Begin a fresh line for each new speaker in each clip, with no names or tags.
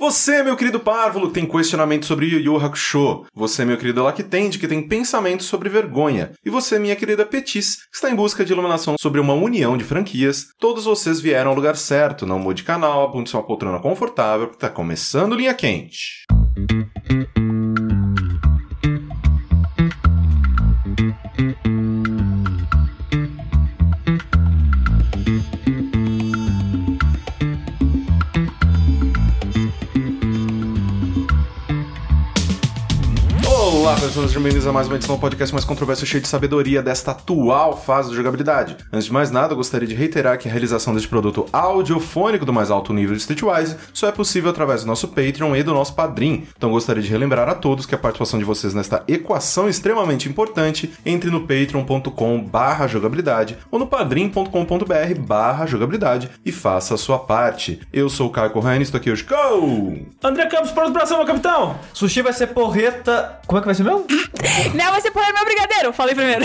Você, meu querido párvulo, que tem questionamento sobre Yu Yu Hakusho. Você, meu querido lactente, que tem pensamentos sobre vergonha. E você, minha querida Petis, que está em busca de iluminação sobre uma união de franquias. Todos vocês vieram ao lugar certo. Não mude canal, aponte sua poltrona confortável, porque tá começando Linha Quente. Olá, pessoas, sejam bem-vindos a mais uma edição do podcast mais controverso cheio de sabedoria desta atual fase de jogabilidade. Antes de mais nada, eu gostaria de reiterar que a realização deste produto audiofônico do mais alto nível de Streetwise só é possível através do nosso Patreon e do nosso Padrim. Então gostaria de relembrar a todos que a participação de vocês nesta equação extremamente importante entre no patreon.com barra jogabilidade ou no padrim.com.br barra jogabilidade e faça a sua parte. Eu sou o Caio Corrêa e estou aqui hoje com...
André Campos, pronto pra ação, meu capitão! Sushi vai ser porreta. Como é que vai ser mesmo?
Não, vai ser porra meu brigadeiro. Falei primeiro.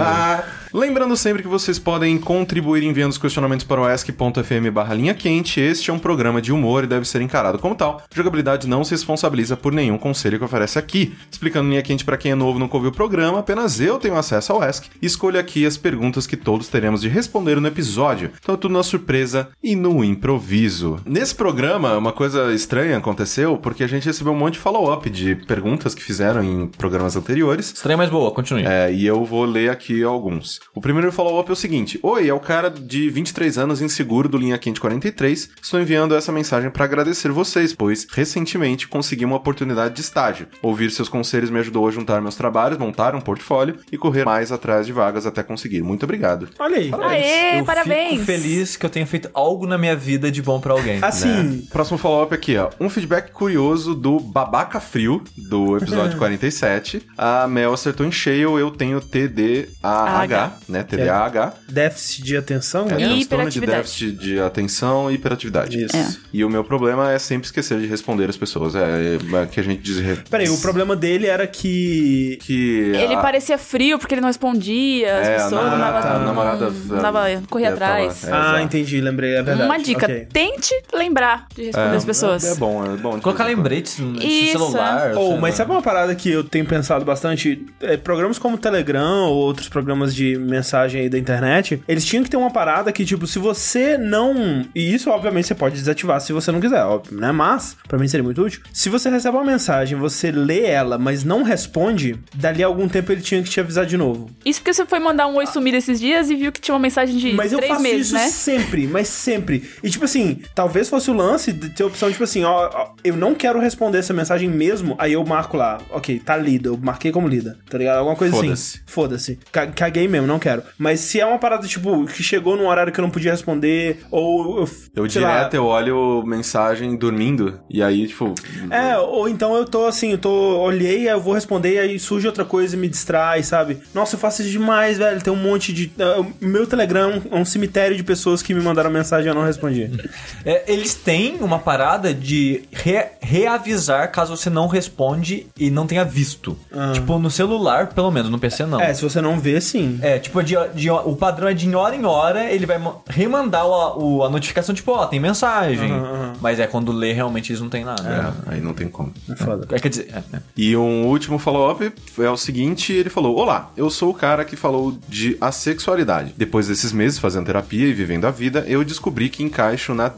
Ah, Lembrando sempre que vocês podem contribuir enviando os questionamentos para o ESC.fm barra linha quente. Este é um programa de humor e deve ser encarado como tal. Jogabilidade não se responsabiliza por nenhum conselho que oferece aqui. Explicando linha quente para quem é novo e nunca ouviu o programa, apenas eu tenho acesso ao ESC e escolho aqui as perguntas que todos teremos de responder no episódio. Então é tudo na surpresa e no improviso. Nesse programa, uma coisa estranha aconteceu porque a gente recebeu um monte de follow-up de perguntas que fizeram em programas anteriores.
Estranha, mas boa, continue.
É, e eu vou ler aqui alguns. O primeiro follow-up é o seguinte: Oi, é o cara de 23 anos inseguro do Linha Quente 43. Estou enviando essa mensagem para agradecer vocês, pois recentemente consegui uma oportunidade de estágio. Ouvir seus conselhos me ajudou a juntar meus trabalhos, montar um portfólio e correr mais atrás de vagas até conseguir. Muito obrigado.
Olha aí.
Aê, É,
eu
parabéns.
Fico feliz que eu tenha feito algo na minha vida de bom pra alguém. né?
Assim,
Próximo follow-up aqui, ó. Um feedback curioso do Babaca Frio, do episódio 47. A Mel acertou em cheio, eu tenho TDAH,
H.
né? TDAH.
déficit de atenção. né?
É,
E
transtorno de
hiperatividade.
déficit de atenção e hiperatividade.
Isso.
É.
E o meu problema é sempre esquecer de responder as pessoas. É, é que a gente diz.
Peraí, o problema dele era que.
Que.
Ele
a-
parecia frio porque ele não respondia as
Ah. É, a
pessoas.
namorada-
andava-
a namorada-
andava- corria
é, tava-
atrás.
é,
ah,
exato.
entendi, lembrei, é verdade.
Uma dica:
Ok.
tente lembrar de responder as pessoas.
É bom, é bom. de
Colocar
vez em quando.
lembretes no
Isso,
celular.
Ou,
sei
mas
lá.
sabe uma parada que eu tenho pensado bastante? É, programas como o Telegram ou outros programas de mensagem aí da internet, eles tinham que ter uma parada que, tipo, se você não. E isso, obviamente, você pode desativar se você não quiser, óbvio, né? Mas, pra mim seria muito útil. Se você recebe uma mensagem, você lê ela, mas não responde, dali a algum tempo ele tinha que te avisar de novo.
Isso porque você foi mandar um oi sumido esses dias e viu que tinha uma mensagem de
Mas eu
três
faço
meses,
isso
né?
sempre, mas sempre. E tipo assim, talvez fosse o lance de ter a opção, tipo assim, ó, ó, eu não quero responder essa mensagem mesmo, aí eu marco lá, ok, tá lida, eu marquei como lida, tá ligado? Alguma coisa
Foda-se.
assim. Foda-se. Ca- Caguei mesmo, não quero. Mas se é uma parada, tipo, que chegou num horário que eu não podia responder, ou eu.
Eu
sei lá,
direto eu olho mensagem dormindo e aí, tipo.
É, ou então eu tô assim, eu tô, olhei, aí eu vou responder, aí surge outra coisa e me distrai, sabe? Nossa, eu faço isso demais, velho. Tem um monte de. ah, O meu Telegram é um- é um cemitério de pessoas que me mandaram mensagem e eu não respondi.
É, eles têm uma parada de re- reavisar caso você não responde e não tenha visto. Tipo, no celular, pelo menos, no PC não.
Ah. É, se você não vê, sim.
Então. É, tipo, de, de- o padrão é de em hora em hora, ele vai mo- remandar o, o- a notificação, tipo, ó, tem mensagem. Mas é quando lê, realmente eles não tem nada. né?
É, aí não tem como.
Foda.
É, quer dizer, é, é.
E um último follow-up é o seguinte: ele falou: Olá, eu sou o cara que falou de assexualidade. Depois desses meses fazendo terapia e vivendo a vida, eu descobri que encaixo na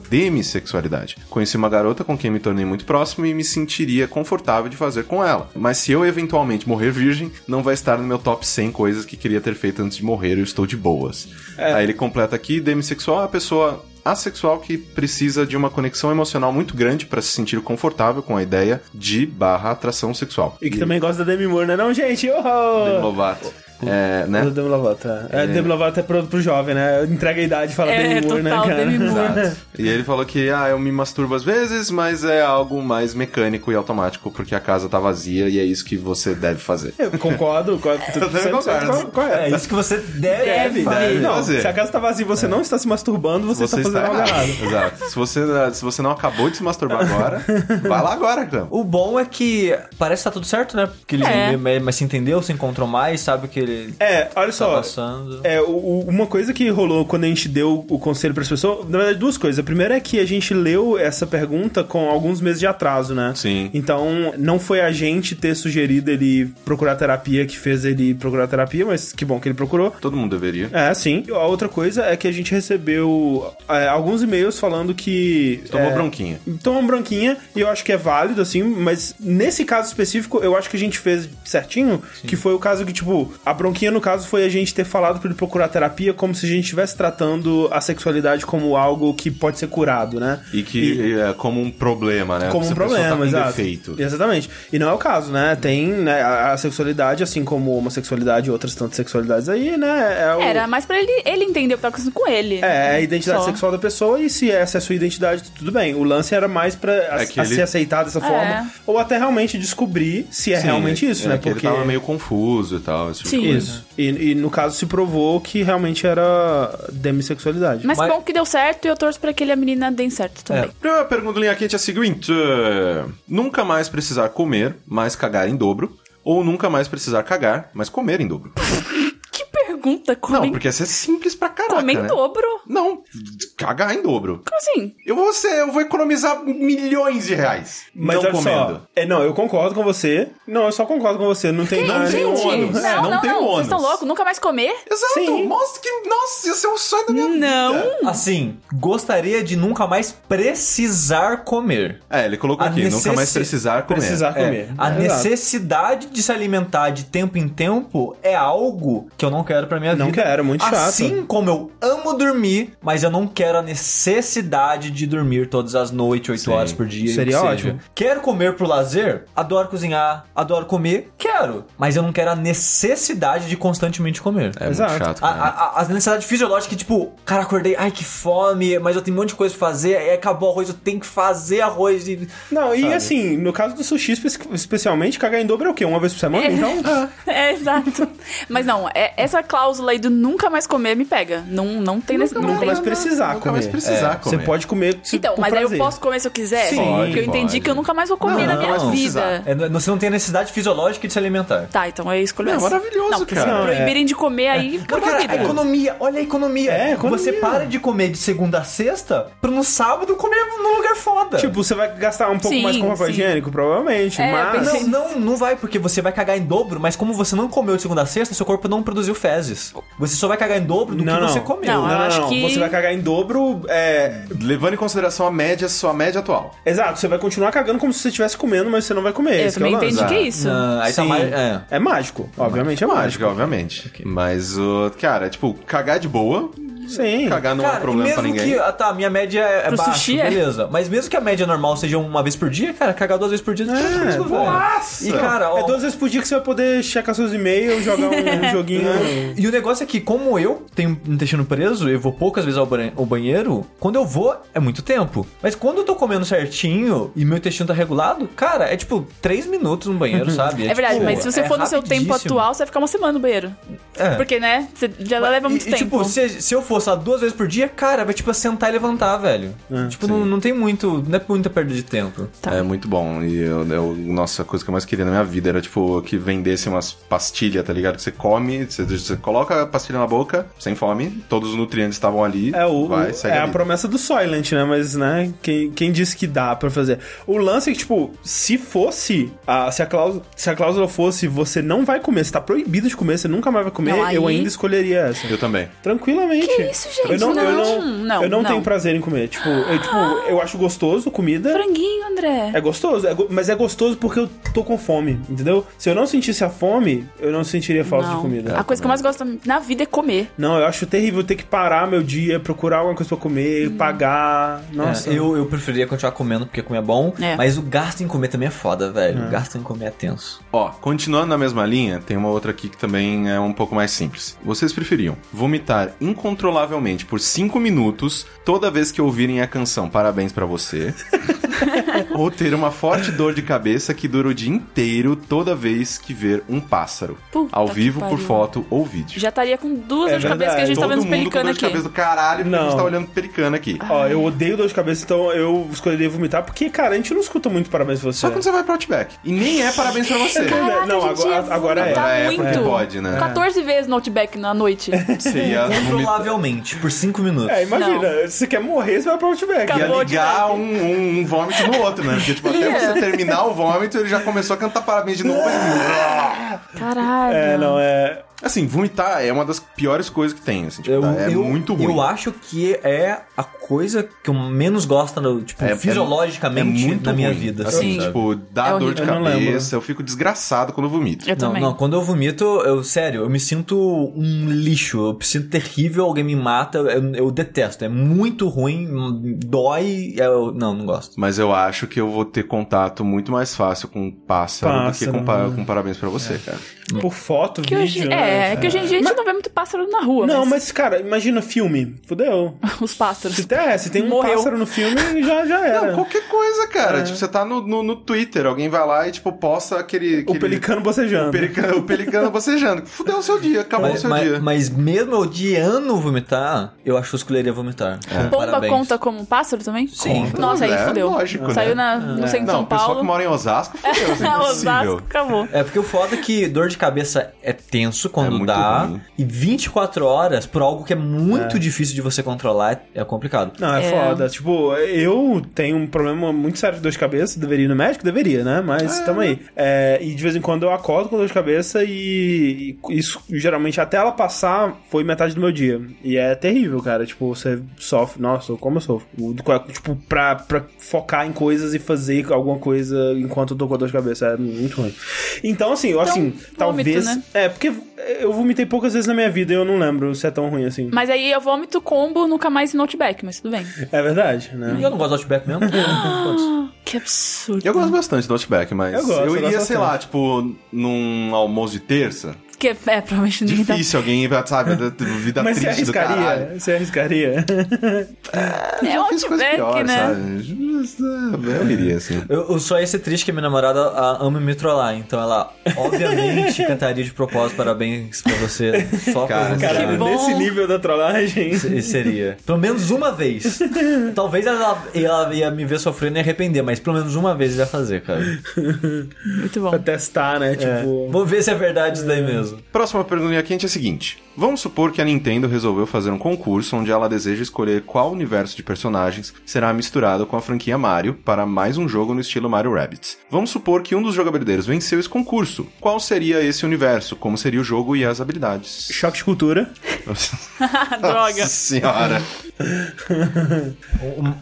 demissexualidade. Conheci uma garota com quem me tornei muito próximo e me sentiria confortável de fazer com ela. Mas se eu eventualmente morrer virgem, não vai estar no meu top 100 coisas que queria ter feito antes de morrer, eu estou de boas. Aí ele completa aqui: demissexual é a pessoa assexual que precisa de uma conexão emocional muito grande para se sentir confortável com a ideia de barra atração sexual.
E que também gosta da Demi Moore, né não, gente?
Demi
Oh!
Lovato. É, né?
Demi Lovato, é. É, Demi Lovato é pro, pro jovem, né? Entrega a idade e fala
É,
Demi Moore,
total,
né, cara?
Demi Moore.
Exato. E ele falou que, ah, eu me masturbo às vezes, mas é algo mais mecânico e automático, porque a casa tá vazia e é isso que você deve fazer.
Eu concordo. Com a,
Eu também concordo.
com- com ela.
É isso que você deve,
Deve, né?
fazer.
deve
Não,
fazer.
se a casa tá vazia e você não está se masturbando, você, está fazendo algo errado.
Exato. Se você, se você não acabou de se masturbar agora, vai lá agora, então. Clem.
O bom é que parece que tá tudo certo, né? Porque eles
É.
me- me- mas se entendeu, se encontrou mais, sabe o que ele ele
É, olha
tá
só.
passando.
É, o- o- uma coisa que rolou quando a gente deu o conselho para as pessoas, na verdade, duas coisas. A primeira é que a gente leu essa pergunta com alguns meses de atraso, né?
Sim.
Então, não foi a gente ter sugerido ele procurar terapia que fez ele procurar terapia, mas que bom que ele procurou.
Todo mundo deveria.
É, sim. E A outra coisa é que a gente recebeu é, alguns e-mails falando que.
Tomou
é,
bronquinha.
Então, uma branquinha, e eu acho que é válido, assim, mas nesse caso específico, eu acho que a gente fez certinho, que foi o caso que, tipo, a bronquinha, no caso, foi a gente ter falado pra ele procurar terapia como se a gente estivesse tratando a sexualidade como algo que pode ser curado, né?
E que é como um problema, né?
como
Se
um
a pessoa
problema,
tá com
exato.
defeito.
Exatamente. E não é o caso, né? Tem né, a, a sexualidade, assim como a homossexualidade e outras tantas sexualidades aí, né? É o...
Era mais pra ele, ele entender o que tá acontecendo com ele.
É, a identidade
Só.
sexual da pessoa e se essa é a sua identidade, tudo bem. O lance era mais pra a-
É que
a
ele-
ser aceitado dessa
É.
forma. Ou até realmente descobrir se é
Sim,
realmente isso,
é
né?
que Ele tava meio confuso e tal. esse tipo de
Sim.
coisa.
Isso.
E, e no caso se provou que realmente era demissexualidade.
Mas,
Mas-
bom que deu certo e eu torço pra que ele e a menina deem certo também.
Primeira pergunta do linha quente é a seguinte: É, Nunca mais precisar comer, mas cagar em dobro. Ou nunca mais precisar cagar, mas comer em dobro.
Que pergunta, come,
Não, porque essa é simples pra caraca.
come em
né?
dobro?
Não, cagar em dobro.
Como assim?
Eu vou, ser, eu vou economizar milhões de reais.
Mas
não
olha só,
comendo.
é, não, eu concordo com você. Não, eu só concordo com você. Não Ah, tem nada.
tem
gente,
ônus.
não,
Não
não, não.
tem ônus.
Vocês estão loucos? Nunca mais comer?
Exato,
Sim.
mostra que. Nossa, esse é o sonho da minha vida.
Não.
Assim, gostaria de nunca mais precisar comer.
É, ele colocou
A
aqui, nunca mais
necessi-
precisar comer.
Precisar comer.
É, a
Exato.
necessidade de se alimentar de tempo em tempo é algo que eu não quero pra minha
Não
vida.
quero, muito chato.
Assim como eu amo dormir, mas eu não quero a necessidade de dormir todas as noites, 8
Sim.
horas por dia.
Seria
o que
ótimo.
Seja. Quero comer por lazer? Adoro cozinhar, adoro comer, quero. Mas eu não quero a necessidade de constantemente comer.
É muito
Exato.
chato.
A,
Cara.
a, a- as necessidades fisiológicas que, tipo, cara, acordei, ai que fome, mas eu tenho um monte de coisa pra fazer, aí acabou o arroz, eu tenho que fazer arroz. E...
Não, e
Sabe?
assim, no caso do sushi espe- especialmente, cagar em dobro é o quê? Uma vez por semana? Então.
É, exato. Mas não, é- essa cláusula aí do nunca mais comer me pega. Não, não tem nesse. não
Nunca
tem-
mais precisar
Nunca
comer.
mais precisar
É,
comer.
Você pode comer se-
Então,
por
mas aí eu
prazer.
posso comer se eu quiser?
Sim.
Porque eu
Pode,
entendi
pode.
que eu nunca mais vou comer
Não,
na minha
não,
vida.
precisar.
É, n- você não tem a necessidade fisiológica de se alimentar.
Tá, então eu escolhi
É
essa.
maravilhoso,
não, porque
cara.
Se proibirem de comer aí,
Mas,
acabou a
cara, é a
vida.
economia, olha a economia.
É, economia.
Você para de comer de segunda a sexta pra no sábado comer num lugar foda.
Tipo, você vai gastar um pouco
Sim,
mais com papel
sim.
higiênico, provavelmente,
É,
mas...
não, não, não vai, porque você vai cagar em dobro, mas como você não comeu de segunda a sexta, seu corpo não produziu fezes. Você só vai cagar em dobro do
Não,
que
não.
você comeu.
Não, eu acho que-
Você vai cagar em dobro, é...
Levando em consideração a média, sua média atual.
Exato, você vai continuar cagando como se você estivesse comendo, mas você não vai comer.
Eu
esse que é o
também
lance.
entendi que é isso.
Ah, aí tá
Sim.
mais. É.
É mágico, obviamente é mágico.
Mágica, obviamente. Mas, ô, cara, tipo, cagar de boa,
Sim.
cagar não é
Cara,
um
e
problema
mesmo
pra ninguém.
que. Ah, tá, minha média é, é
Pro
baixa,
sushi, é.
beleza. Mas mesmo que a média normal seja uma vez por dia, cara, cagar duas vezes por dia é, tranquilo, velho.
nossa!
E, cara, ó,
É duas vezes por dia que você vai poder checar seus e-mails, jogar um joguinho...
E o negócio é que, como eu tenho um intestino preso, eu vou poucas vezes ao, ban- ao banheiro, quando eu vou, é muito tempo. Mas quando eu tô comendo certinho e meu intestino tá regulado, cara, é tipo três minutos no banheiro, sabe?
É verdade,
tipo,
mas se você
é
for no seu tempo
rapidíssimo.
atual, você vai ficar uma semana no banheiro.
É.
Porque, né, você já leva
E-
muito
e,
tempo.
tipo, se, se eu fosse lá duas vezes por dia, cara, vai tipo sentar e levantar, velho. tipo, não, não tem muito. Não é muita perda de tempo.
Tá.
É muito bom. E eu, eu- nossa, a coisa que eu mais queria na minha vida era, tipo, que vendesse umas pastilhas, tá ligado? Que você come, você, você coloca a pastilha na boca, sem fome, todos os nutrientes estavam ali.
É, o,
vai,
o-
segue
é a
ali.
promessa do Soylent, né? Mas, né? Quem, quem disse que dá pra fazer? O lance é que, tipo, se fosse. A, se, a cláusula, se a cláusula fosse você não vai comer, você tá proibido de comer, você nunca mais vai comer,
Não, aí-
eu ainda escolheria essa.
Eu também.
Tranquilamente.
Que isso, gente?
Eu não, eu não,
Não, não,
eu não,
não. Ah.
tenho prazer em comer. Tipo, eu, tipo, eu acho gostoso comida.
Franguinho, André.
É gostoso, é go- mas é gostoso porque eu tô com fome, entendeu? Se eu não sentisse a fome, eu não sentiria É falta
Não.
de comida.
A coisa que eu mais gosto na vida é comer.
Não, eu acho terrível ter que parar meu dia, procurar alguma coisa pra comer,
Uhum.
pagar. Nossa.
É, eu, eu preferia continuar comendo porque comer é bom,
É.
mas o gasto em comer também é foda, velho. O gasto em comer é tenso.
Ó, continuando na mesma linha, tem uma outra aqui que também é um pouco mais simples. Vocês preferiam vomitar incontrolavelmente por 5 minutos toda vez que ouvirem a canção Parabéns pra você? Ou ter uma forte dor de cabeça que dura o dia inteiro toda vez que ver um pássaro.
Puta
ao
que
vivo, por
pariu.
foto ou vídeo.
Já estaria com duas
É
dores de cabeça que a gente tá
Todo
vendo
mundo com
pelicano
dor de
aqui. Ah.
cabeça do caralho, porque a gente
Não.
tá olhando pelicano aqui.
Ó, eu odeio dor de cabeça, então eu escolheria vomitar, porque, cara, a gente não escuta muito parabéns pra você.
Só quando você vai pro Outback. E nem é parabéns pra você.
Caralho, Não,
a gente ia
agora- agora é.
vomitar
Agora é,
tá muito.
porque pode, né?
14 vezes no Outback na noite.
Você ia vomitar.
Controlavelmente, por 5 minutos.
É, imagina, se você quer morrer, você vai pro Outback.
Ia
Acabou de
ligar
ver.
um, um, um vômito no outro, né? Porque, tipo, até
Ia.
você terminar o vômito, ele já começou a cantar parabéns de novo. mas-
Caralho.
É, não, é.
Assim, vomitar é uma das piores coisas que tem, assim. Tipo, tá? é muito ruim.
Eu acho que é a coisa que eu menos gosto, no, tipo,
É- é-
fisiologicamente na minha
ruim.
vida.
Assim,
sabe?
tipo, dá
É
dor de
horrível. Eu não lembro.
cabeça, eu fico desgraçado quando eu vomito.
Eu
Não,
também.
não, quando eu vomito, eu, sério, eu me sinto um lixo, eu me sinto terrível, alguém me mata, eu, eu detesto, é muito ruim, hum, dói, eu, não, não gosto.
Mas eu acho que eu vou ter contato muito mais fácil com um pássaro, do que com, pa-
Pássaro.
com parabéns pra
É.
você, cara.
Por foto,
Que hoje-
vídeo. né?
é, é que hoje em dia a gente não vê muito pássaro na rua.
Não,
mas,
mas, cara, imagina filme. Fudeu.
os pássaros.
Se, é, se tem um
Morreu.
pássaro no filme, já, já era.
Não, qualquer coisa, cara.
É.
Tipo, você tá no, no, no Twitter, alguém vai lá e, tipo, posta aquele.
O
aquele-
pelicano bocejando.
o pelicano, o pelicano bocejando. Fudeu o seu dia, acabou o
Mas,
seu
mas-
dia.
mas mesmo odiando vomitar, eu acho que eu escolheria vomitar. Então,
Pomba
parabéns.
conta como um pássaro também?
Sim. Conta.
Nossa, aí
É,
fudeu.
lógico, né?
Saiu na, no centro de
Não,
São
o pessoal que
Paulo.
mora em Osasco, fudeu. isso É
Osasco,
impossível.
acabou.
É porque o foda é que dor de cabeça é tenso quando
muito
dá.
ruim.
E 24 horas por algo que é muito difícil de você controlar é é complicado.
Não, é,
É.
foda. Tipo, eu tenho um problema muito sério de dor de cabeça. Deveria ir no médico? Deveria, né? Mas tamo aí. É, e de vez em quando eu acordo com dor de cabeça e, e isso, geralmente, até ela passar, foi metade do meu dia. E é terrível, cara. Tipo, você sofre. Nossa, como eu sofro. O- Tipo, pra, pra focar em coisas e fazer alguma coisa enquanto eu tô com dor de cabeça. É muito ruim. Então, assim, eu, assim,
vômito,
talvez...
né?
É, porque eu vomitei poucas vezes na minha vida e eu não lembro se é tão ruim assim.
Mas aí eu vômito combo, nunca mais no Outback, mas tudo bem.
É verdade, né?
E eu não gosto do Outback mesmo. Foda-se.
Que absurdo.
Eu gosto bastante do Outback, mas
Eu gosto, eu
iria,
gosto
sei lá, tipo, num almoço de terça.
Que é, provavelmente ninguém tá...
Difícil alguém, sabe, da- da vida
Mas você
Tá triste do caralho.
arriscaria? Você arriscaria?
É
Eu fiz coisa
Outback,
pior,
né?
sabe? Justo, Eu iria, assim.
Eu, eu só ia ser triste que a minha namorada a- ama me trollar, então ela obviamente cantaria de propósito parabéns pra você só
Cara,
pra
cara,
você.
bom.
nesse nível da trollagem.
Se- Seria. Pelo menos uma vez. Talvez ela, ela ia me ver sofrendo e arrepender, mas pelo menos uma vez ia fazer, cara.
Muito bom.
Pra testar, né? Tipo.
Vamos ver se é verdade isso daí mesmo.
Próxima pergunta quente é a seguinte: Vamos supor que a Nintendo resolveu fazer um concurso onde ela deseja escolher qual universo de personagens será misturado com a franquia Mario para mais um jogo no estilo Mario Rabbids. Vamos supor que um dos jogabilideiros venceu esse concurso. Qual seria esse universo? Como seria o jogo e as habilidades?
Choque de cultura.
Ah, Droga.
Nossa senhora.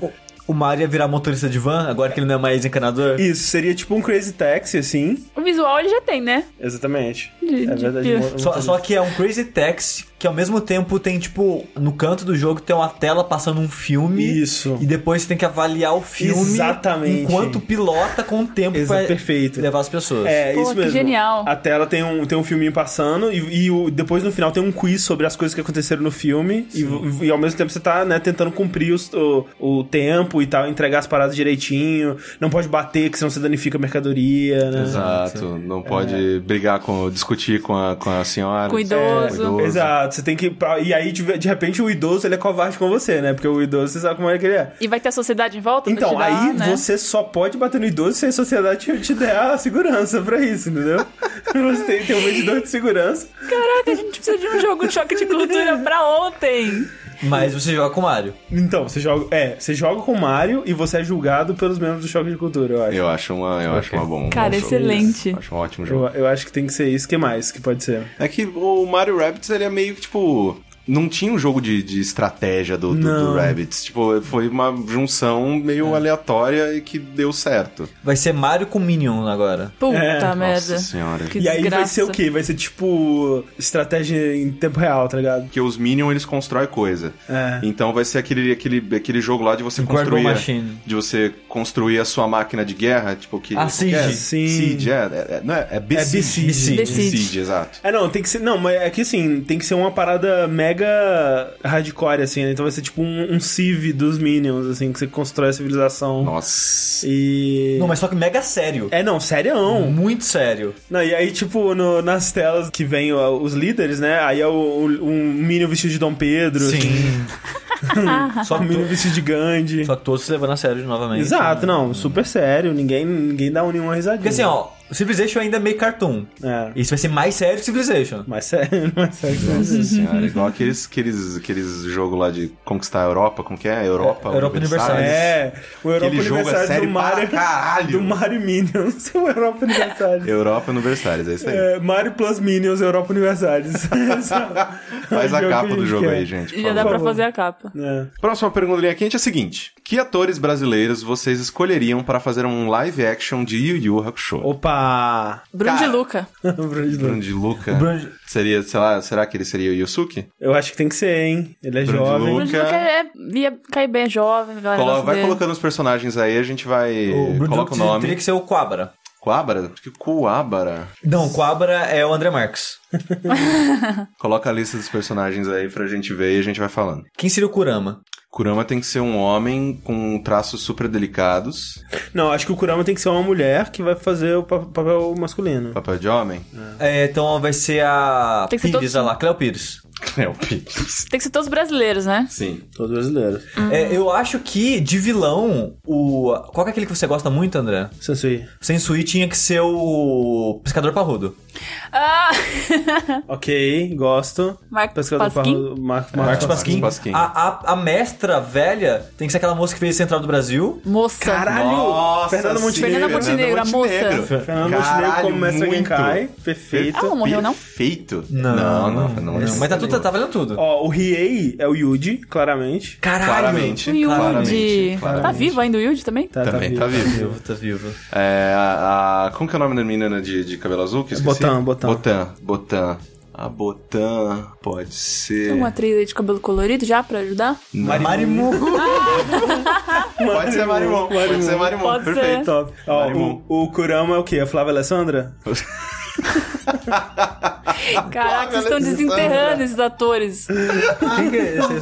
O, o- o Mario ia virar motorista de van, agora que ele não é mais encanador.
Isso, seria tipo um Crazy Taxi, assim.
O visual ele já tem, né?
Exatamente.
De-
é
de
verdade.
pia.
mo-
Só,
mo-
só que é um Crazy Taxi que ao mesmo tempo tem, tipo, no canto do jogo tem uma tela passando um filme.
Isso.
E depois você tem que avaliar o filme.
Exatamente.
Enquanto pilota com o tempo
Exa-
pra
perfeito.
levar as pessoas.
É,
Pô,
isso
que
mesmo.
genial.
A tela tem um, tem um filminho passando e, e o- depois no final tem um quiz sobre as coisas que aconteceram no filme. E, v- e ao mesmo tempo você tá, né, tentando cumprir os- o, o tempo e tal, entregar as paradas direitinho. Não pode bater, que senão você danifica a mercadoria, né?
Exato. Não
É.
pode brigar com. discutir com a, com a senhora.
Com o idoso.
Com o idoso.
Exato, você tem que. E aí, de de repente, o idoso ele é covarde com você, né? Porque o idoso você sabe como é que ele é.
E vai ter a sociedade em volta? pra te
Então,
dar,
aí
né?
você só pode bater no idoso se a sociedade te, te der a segurança pra isso, entendeu? você tem, tem um medidor de segurança.
Caraca, a gente precisa de um jogo de choque de cultura pra ontem.
Mas você joga com o Mario.
Então, você joga. É, você joga com o Mario e você é julgado pelos membros do Choque de Cultura, eu acho.
Eu acho uma, eu acho uma bom.
Cara,
bom jogo.
excelente.
Acho um ótimo jogo.
Eu, eu acho que tem que ser isso. que mais que pode ser?
É que o Mario Rabbids, ele é meio que, tipo... Não tinha um jogo de, de estratégia do, do, do
Não.
Rabbids. Tipo, foi uma junção meio aleatória e que deu certo.
Vai ser Mario com Minion agora.
Puta
É. Nossa
merda.
Nossa senhora.
Que
e aí vai
desgraça.
ser o quê? Vai ser tipo. Estratégia em tempo real, tá ligado?
Porque os Minions, eles constroem coisa.
É.
Então vai ser aquele, aquele, aquele jogo lá de você
Incredible
construir...
Machine.
De você construir a sua máquina de guerra, tipo, que...
Ah,
como que é?
Siege.
Sim.
Siege, é. é, é- não é? É Besiege.
Besiege.
Besiege.
Besiege,
Besiege.
exato.
É, não, tem que ser. Não, mas é que assim, tem que ser uma parada mega hardcore, assim, né? Então vai ser tipo um, um Civ dos Minions, assim, que você constrói a civilização.
Nossa.
E.
Não, mas Uhum. só que mega sério.
É, não, serião.
Muito sério.
Não, e aí, tipo, no- nas telas que vem ó, os líderes, né? Aí é o, o- um Minion vestido de Dom Pedro.
só,
Um Minion
to-
vestido de Gandhi.
só né? todos se levando a sério novamente.
Exato, não, super sério, ninguém, ninguém dá um nenhuma risadinha.
Porque assim, ó, o Civilization ainda é meio cartoon.
É.
Isso vai ser mais sério que Civilization.
Mais sério, mais sério que isso.
Nossa senhora, igual aqueles, aqueles, aqueles jogos lá de conquistar a Europa, como que é? Europa,
É, Europa Universalis.
É, o Europa
Aquele jogo é
Aniversário
sério
do
para
Mario.
caralho.
Do Mario Minions, o Europa Aniversário.
Europa Universalis, é isso aí.
É, Mario plus Minions, Europa Universalis.
Faz
É o
a
jogo
capa
que
do
gente
jogo
quer.
aí, gente. por
Já dá
favor.
pra
favor.
fazer a capa.
É.
Próxima pergunta linha quente é a seguinte: Que atores brasileiros vocês escolheriam para fazer um live action de Yu Yu Hakusho?
Opa!
Bruno
Cara.
de Luca.
Bruno de
Bruno
Luz.
de Luca.
Bruno de-
Seria, sei lá, será que ele seria o Yusuke?
Eu acho que tem que ser, hein? Ele é
Bruno de
jovem.
Luz.
Bruno de Luca é, ia cair bem é jovem, a galera.
Colo-
gosta
vai
dele.
colocando os personagens aí, a gente vai. É, Coloca o
Dutra
nome.
teria que ser o Quabra.
Coabra? Acho que Coabra.
Não, o Quabra é o André Marques.
Coloca a lista dos personagens aí pra gente ver e a gente vai falando.
Quem seria o Kurama?
Kurama tem que ser um homem com traços super delicados.
Não, acho que o Kurama tem que ser uma mulher que vai fazer o pa- papel masculino.
Papel de homem?
É, então vai ser a
Tem que ser
Pires,
todos-
olha lá, Cleo Pires.
Cleo Pires.
Tem que ser todos brasileiros, né?
Sim.
Todos brasileiros.
Ah.
É, eu acho que de vilão, o. Qual que é aquele que você gosta muito, André?
Sensui.
O Sensui tinha que ser o. Pescador Parrudo.
Ah!
Ok, gosto.
Marco
Pescador
Pasquim.
Parrudo, Marcos
Marcos
Marcos
Pasquim.
Pasquim.
A, a, a mestra velha tem que ser aquela moça que fez Central do Brasil.
Moça.
Caralho! Fernanda Montenegro.
Fernanda Montenegro, a moça.
Fernando Montenegro né? como é mestre
muito.
Genkai.
Perfeito.
Perfeito.
Ela Ah, não morreu, não?
Perfeito.
Não,
não, não, Fernanda Montenegro.
Mas tá, tudo, tá valendo tudo.
Ó, o Riei é o Yuji, claramente.
Caralho!
Claramente.
O Yuji.
Claramente.
Tá
claramente.
vivo ainda o Wilde também?
Tá,
Também tá vivo.
Vivo, tá vivo.
É, a, a- como que é o nome da menina de, de cabelo azul? Que eu esqueci?
Botan, Botan.
Botan. Botan. A Botan pode ser.
Tem uma atriz aí de cabelo colorido já pra ajudar?
Não.
Marimu.
Pode ser Marimon. Pode ser Marimon.
Pode ser.
Perfeito.
Top. Ó,
Marimun.
o, o Kurama é o quê? A Flávia Alessandra?
Caraca, vocês estão
Alessandra.
desenterrando esses atores.
Quem que é esse?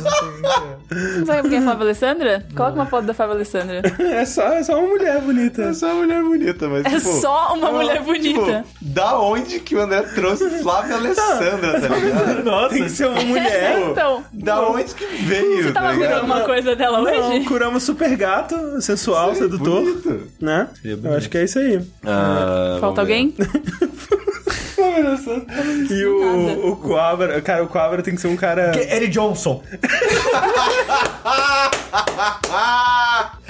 Não sabe quem é a Flávia Alessandra? Coloca uma foto da Flávia Alessandra.
É só, é só uma mulher bonita.
É só uma mulher bonita, mas.
É
tipo,
só uma
é
mulher bonita.
Tipo, da onde que o André trouxe Flávia Alessandra,
É
tá ligado?
Nossa, tem que ser uma mulher.
Pô,
Então.
Da onde que veio?
Você tava
tá
vendo
ligado?
alguma coisa dela
Não,
hoje?
o Kurama é super gato, sensual,
Sei,
sedutor.
bonito.
Né? Eu acho que é isso aí.
Ah, vamos
Falta
ver.
alguém?
E
nada.
o, o Quabra, cara, o Quabra tem que ser um cara.
Eric Johnson.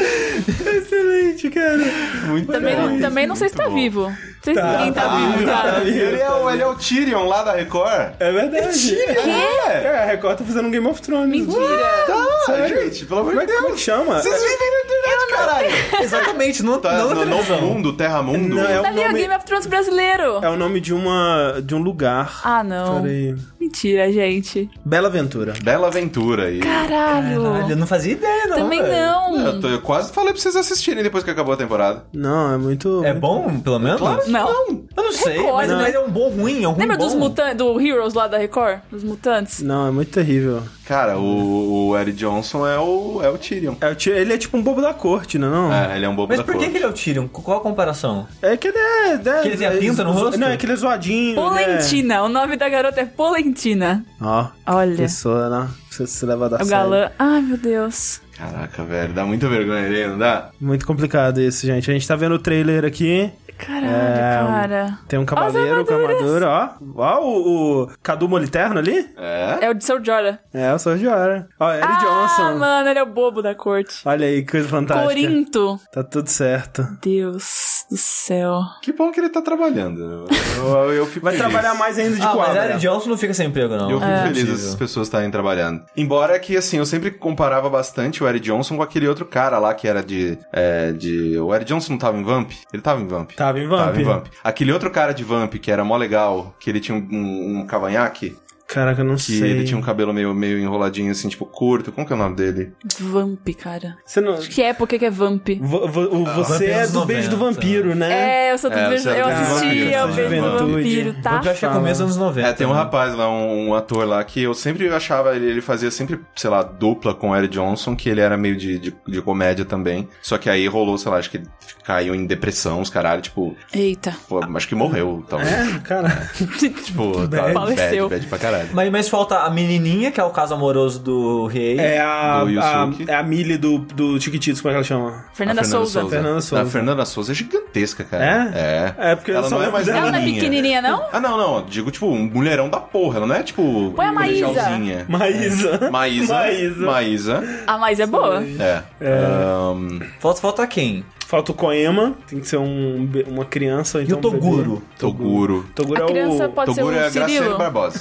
Excelente, cara.
Ah! Muito
Também,
bom.
não, também não sei se tá
Muito bom.
vivo. Não sei se
Tá,
ninguém tá,
tá
vivo,
vivo,
cara.
tá vivo.
Ele é, o, ele é o Tyrion lá da Record.
É verdade.
É.
É, a Record tá fazendo um Game of Thrones.
Mentira.
Tá, gente, pelo amor
Como
de
é, como é que
Deus.
chama?
Vocês vivem na internet, caralho.
Exatamente, não,
Tá
não
no novo mundo, terra mundo.
Não, é o
Tá ali o
nome-
Game of Thrones brasileiro.
É o nome de uma de um lugar.
Ah, não.
Peraí.
Mentira, gente.
Bela Aventura.
Bela Aventura aí.
Caralho.
Caralho, eu não fazia ideia, não.
Também
velho.
não.
Eu, tô- eu quase falei pra vocês assistirem depois que acabou a temporada.
Não, é muito.
É bom, pelo menos?
Claro que
Não.
Eu não sei,
Record,
mas,
né?
mas é um bom ruim, é um ruim
Lembra
bom.
dos mutantes, do Heroes lá da Record? Dos mutantes?
Não, é muito terrível.
Cara, o, o Eric Johnson é o, é o Tyrion.
É, o tio- ele é tipo um bobo da corte, não é? Não?
É, ele é um bobo
Mas
da
por que,
cor.
que ele é o Tyrion? Qual a comparação?
É que ele é. é-
Que ele tem a pinta no
é-
rosto?
Não, é que ele é zoadinho. Ele
Polentina. O nome da garota é Polentina.
é... Ó,
Olha.
pessoa, né? Você se leva da
É o galã. Ai, meu Deus.
Caraca, velho, dá muita vergonha ele, não dá?
Muito complicado isso, gente. A gente tá vendo o trailer aqui.
Caralho,
É,
cara.
Tem um
Olha
cavaleiro
as
com
armaduras.
armadura, ó. Ó, o, o Cadu Moliterno ali?
É?
É o de Seu Jorah.
É, o Sr. Jora. Ó, Eric
Ah,
Johnson.
mano, ele é o bobo da corte.
Olha aí, que coisa fantástica.
Corinto.
Tá tudo certo.
Deus do céu.
Que bom que ele tá trabalhando. Eu, eu, eu fico
Vai
feliz.
trabalhar mais ainda de né?
ah, mas
quadra.
Eric Johnson não fica sem emprego, não.
Eu fico
Não é
feliz
possível.
essas pessoas estarem trabalhando. Embora que, assim, eu sempre comparava bastante o Eric Johnson com aquele outro cara lá que era de. é, de... O Eric Johnson não tava em Vamp? Ele tava em Vamp.
Tava
Tá,
em Vamp.
Tava em Vamp. Aquele outro cara de Vamp que era mó legal, que ele tinha um, um, um cavanhaque.
Caraca, eu não
Que
sei.
ele tinha um cabelo meio, meio enroladinho, assim, tipo, curto. Como que é o nome dele?
Vamp, cara.
Você não...
Que época que é Vamp?
Vo- vo-
Ah.
o- você
Vampiro
é
dos
do beijo do
90,
vampiro, né?
É, eu sou do
É,
beijo.
você é
Eu
do
assisti
Vampiro,
ao
né?
Beijo do
Juventude.
Vampiro, tá?
Porque eu acho que é começo dos anos 90.
É, tem um
né?
rapaz lá, um, um ator lá, que eu sempre achava, ele, ele fazia sempre, sei lá, dupla com o Eric Johnson, que ele era meio de, de, de comédia também. Só que aí rolou, sei lá, acho que ele caiu em depressão, os caralho, tipo,
Eita.
pô, acho que morreu, talvez.
É, cara.
Tipo, tá bad,
Faleceu.
bad pra caralho.
Mas, mas falta a menininha, que é o caso amoroso do rei.
É a,
Do
a,
Yusuke.
é a Millie do, do Chiquititos, como é que ela chama?
Fernanda,
A
Souza.
Fernanda Souza.
A Fernanda Souza é gigantesca, cara.
É?
É.
É, porque eu
ela
só
não é
lembro
mais
dela.
Ela não é pequenininha, não?
Ah, não, não. Digo, tipo, um mulherão da porra. Ela não é, tipo,
Põe a Maísa.
colegialzinha.
Maísa.
Maísa.
Maísa.
Maísa.
A mais é boa.
É. Ahn,
Falta, falta quem?
Falta o Koema, tem que ser um, be- uma criança. ou
E
Então
o
um bebê.
Toguro.
Toguro.
Toguro
A
é
criança
o...
pode
Toguro é
ser o
a Graciele
Cirilo.
Barbosa.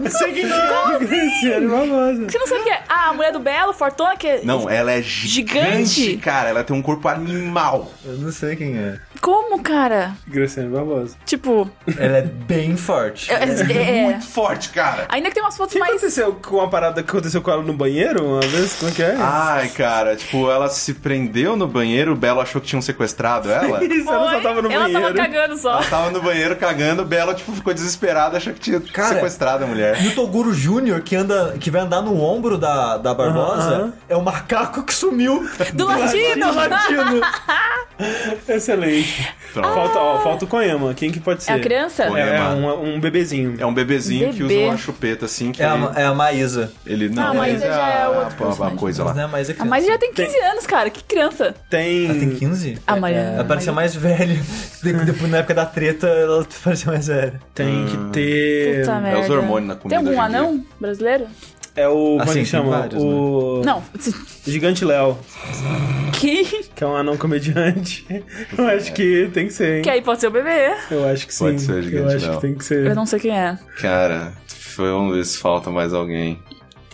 Não sei quem que é. Graciane Barbosa.
Você não sabe o que é? Ah, a mulher do Belo, Fortuna, que é...
Não, ela é gigante,
Gigante?
cara. Ela tem um corpo animal.
Eu não sei quem é.
Como, cara?
Graciane Barbosa.
Tipo...
Ela é bem forte.
é- é- é.
Muito forte, cara.
Ainda que tem umas fotos
O que
mais...
aconteceu com a parada que aconteceu com ela no banheiro uma vez? Como é que é?
Ai, cara, tipo, ela se prendeu no banheiro, o Belo achou que tinham sequestrado ela.
Isso, ela só tava no
Ela
banheiro.
tava cagando só.
Ela tava no banheiro cagando, o Belo, tipo, ficou desesperado, achou que tinha
Cara,
sequestrado a mulher.
E o Toguro Júnior, que anda, que vai andar no ombro da, da Barbosa,
Aham, aham.
é o macaco que sumiu.
Do latino!
Latino.
Excelente.
Pronto.
Ah,
Falta, ó, falta o Koema. Quem que pode ser?
É a criança?
Foi.
É, é
Koema.
um, um bebezinho.
É um bebezinho que usa
Bebê.
uma chupeta assim que
É a, é a Maísa.
ele não,
Ah, mas
ele
já é outro
a- a,
personagem.
coisa
Mas não é
lá.
a Maísa que
A mais Ah, já tem 15 anos, cara. Que criança. Ah, é
Tem...
Ela tem 15?
A Maísa-
Ela parecia mais velha. De- Depois, na época da treta, ela parecia mais velha.
Tem
Hum.
que ter...
Puta
É
merda.
os hormônios na comida.
Tem algum
hoje em dia.
anão brasileiro?
É o... Como é
Assim,
que
tem
chama?
vários, né?
o...
Não.
Gigante Léo,
Que...
que é um anão comediante. Eu
É.
acho que tem que ser, hein?
Que aí pode ser o bebê.
Eu acho que sim.
Pode ser Gigante
Eu acho
Léo.
que tem que
Eu
ser.
não sei quem é.
Cara, foi um ver se falta mais alguém.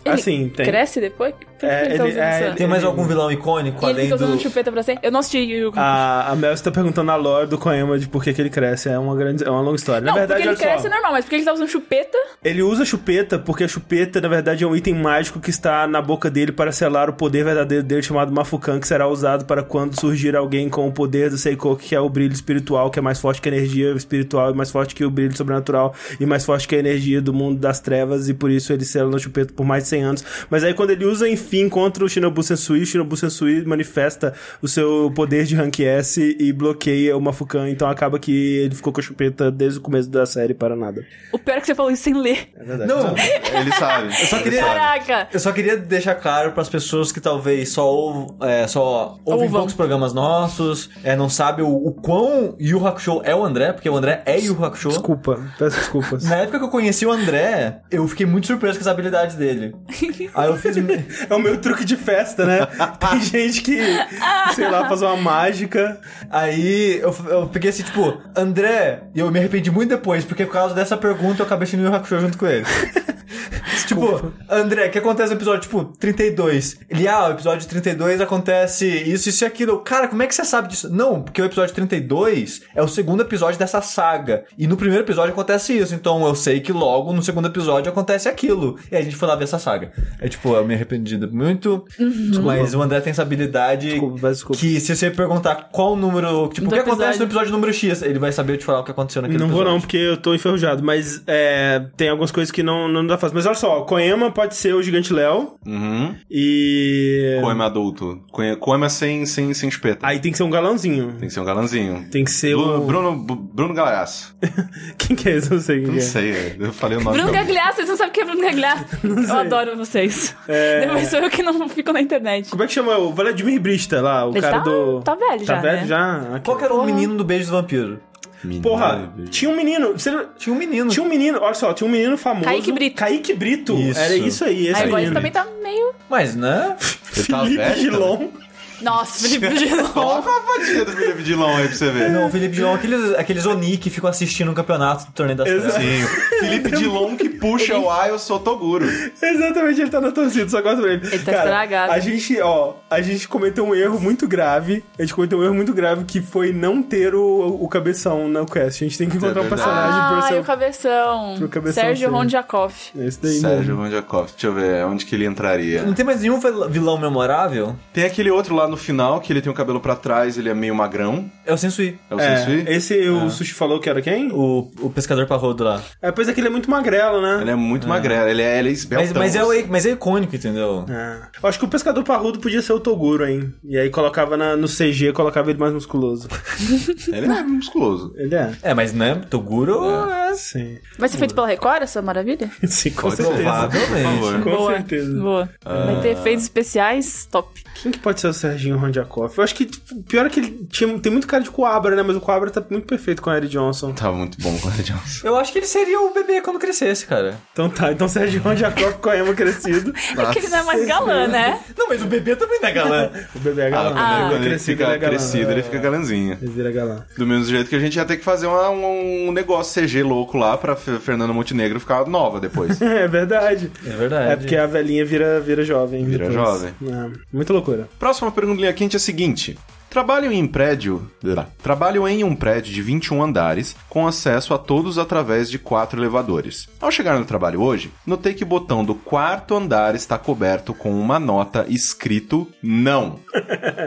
Ele
Assim, tem.
Cresce depois? Por que
É,
ele tá
ele-
usando
é,
essa-
ele- um
Tem mais algum vilão
E
icônico
ele
além
fica usando tipo,
do.
chupeta pra sempre? Eu não assisti Yu Yu Hakusho.
A, a Mel está perguntando a lore do Koema de por que, que ele cresce. É uma grande, é uma longa história.
Não,
na verdade,
porque ele
olha
cresce
só.
é normal, mas porque ele tá usando chupeta?
Ele usa chupeta porque a chupeta, na verdade, é um item mágico que está na boca dele para selar o poder verdadeiro dele chamado Mafukan, que será usado para quando surgir alguém com o poder do Seikoku, que é o brilho espiritual, que é mais forte que a energia espiritual e mais forte que o brilho sobrenatural e mais forte que a energia do mundo das trevas e por isso ele sela na chupeta por mais de 100 anos. Mas aí quando ele usa, enfim, contra o Shinobu Sensui, o Shinobu Sensui manifesta o seu poder de Rank S e bloqueia o Mafukan, então acaba que ele ficou com a chupeta desde o começo da série para nada.
O pior é que você falou isso sem ler.
É verdade.
Não,
Ele sabe. Eu só
queria-
Caraca!
eu só queria deixar claro pras pessoas que talvez só, ouv- é, só ouvem
Ouvam.
poucos programas nossos, é, não sabe o, o quão Yu Hakusho é o André, porque o André é Yu Hakusho.
Desculpa, peço desculpas.
Na época que eu conheci o André, eu fiquei muito surpreso com as habilidades dele. Aí eu fiz.
É o meu truque de festa, né? Tem gente que, sei lá, faz uma mágica.
Aí eu, eu peguei assim, tipo, André, e eu me arrependi muito depois, porque por causa dessa pergunta eu acabei sendo Yu Hakusho junto com ele. tipo, André, o que acontece no episódio, tipo, 32? Ele, ah, o episódio 32 acontece isso, isso e aquilo. Eu, Cara, como é que você sabe disso? Não, porque o episódio 32 é o segundo episódio dessa saga. E no primeiro episódio acontece isso, então eu sei que logo no segundo episódio acontece aquilo. E aí a gente foi lá ver essa saga. É tipo, eu me arrependi muito, mas o André tem essa
Uhum.
habilidade
Desculpa, peço desculpa.
que se você perguntar qual o número. Tipo,
Do
o que acontece
episódio.
no episódio número X, ele vai saber te falar o que aconteceu naquele
Não vou
episódio.
não, porque eu tô enferrujado. Mas é, tem algumas coisas que não, não dá fácil. Mas olha só, Koema pode ser o Gigante Léo
Uhum.
e...
Coema adulto. Coe- Coema sem, sem, sem espeta.
Aí tem que ser um galãozinho.
Tem que ser um galãzinho.
Tem que ser
Bruno,
o...
Bruno, Bruno Galhaço.
Quem que é esse? Eu Não sei quem
Não
que é.
sei, eu falei o nome.
Bruno
pra-
Gagliasso, vocês não sabem quem é Bruno Gagliasso? Eu adoro vocês.
É.
Depois sou eu que não fico na internet.
Como é que chama? O Vladimir Brista lá, o
Ele
cara
tá-
do...
tá velho
Tá
já,
velho
né?
já?
Qual que era o menino do beijo do vampiro?
Menino,
Porra,
beijo.
tinha um menino... Você... não-
Tinha um menino.
Tinha um menino, olha só, tinha um menino famoso.
Kaique Brito.
Kaique Brito.
Isso.
Era isso aí, esse
Aí agora
menino.
ele também tá meio.
Mas, né?
Ele tá
Felipe
velho
Gilon.
Nossa, Felipe Dilon.
Coloca uma fatia do Felipe Dilon aí pra você ver.
Não, o Felipe Dilon, aqueles, aqueles Oni que ficam assistindo o campeonato do Torneio das Trevas.
Sim, o Felipe Dilon que puxa o A, eu sou Toguro.
Exatamente, ele tá na torcida, só gosto dele.
Ele tá estragado.
A gente, ó, a gente cometeu um erro muito grave. A gente cometeu um erro muito grave que foi não ter o, o cabeção na quest. A gente tem que encontrar um
verdade.
personagem pro
Ah, e
seu-
o cabeção.
pro cabeção
Sérgio
ser.
Rondjakov.
Esse daí
Sérgio Vandiakov, deixa eu ver, onde que ele entraria?
Não tem mais nenhum vil- vilão memorável?
Tem aquele outro lá no final, que ele tem o cabelo pra trás, ele é meio magrão.
É o Sensui,
É o
não. É,
Sensui?
esse o Sushi falou que era quem?
o, o pescador parrudo lá.
É, pois é que ele é muito magrelo, né?
Ele é muito magrelo, ele é, ele é esbeltão.
Mas, mas, é,
assim.
o- mas é icônico, entendeu?
É. Eu acho que o pescador parrudo podia ser o Toguro, hein? E aí colocava na- no CG, colocava ele mais musculoso.
Ele é musculoso.
Ele é?
É, mas né, Toguro é.
Sim.
Vai ser feito
Hum.
pela Record essa maravilha?
Sim, com
Pode
certeza.
provar, por favor.
Com
Boa,
certeza.
Boa. Vai ter efeitos especiais, top.
Quem que pode ser o Serginho Rondiakoff? Eu acho que tipo, pior é que ele tinha, tem muito cara de Coabra, né? Mas o Coabra tá muito perfeito com a Eric Johnson.
Tá muito bom, Clara Johnson.
Eu acho que ele seria o bebê quando crescesse, cara.
Então tá, então Serginho Rondiakoff com a Emma crescido.
É que ele não é mais galã, né?
Não, mas o bebê também não é galã.
O bebê é galã.
Ah,
o bebê
quando ele
crescido,
fica
é galã.
crescido, ele fica galanzinho.
Ele vira galã.
Do mesmo jeito que a gente ia ter que fazer uma- um, um negócio CG louco lá pra F- Fernanda Montenegro ficar nova depois.
É verdade.
É verdade.
É porque a velhinha vira, vira jovem.
Vira
depois.
jovem.
É, muita loucura.
Próxima pergunta linha quente é a seguinte. Trabalho em um prédio. Lá. Trabalho em um prédio de 21 andares, com acesso a todos através de quatro elevadores. Ao chegar no trabalho hoje, notei que o botão do quarto andar está coberto com uma nota escrito não.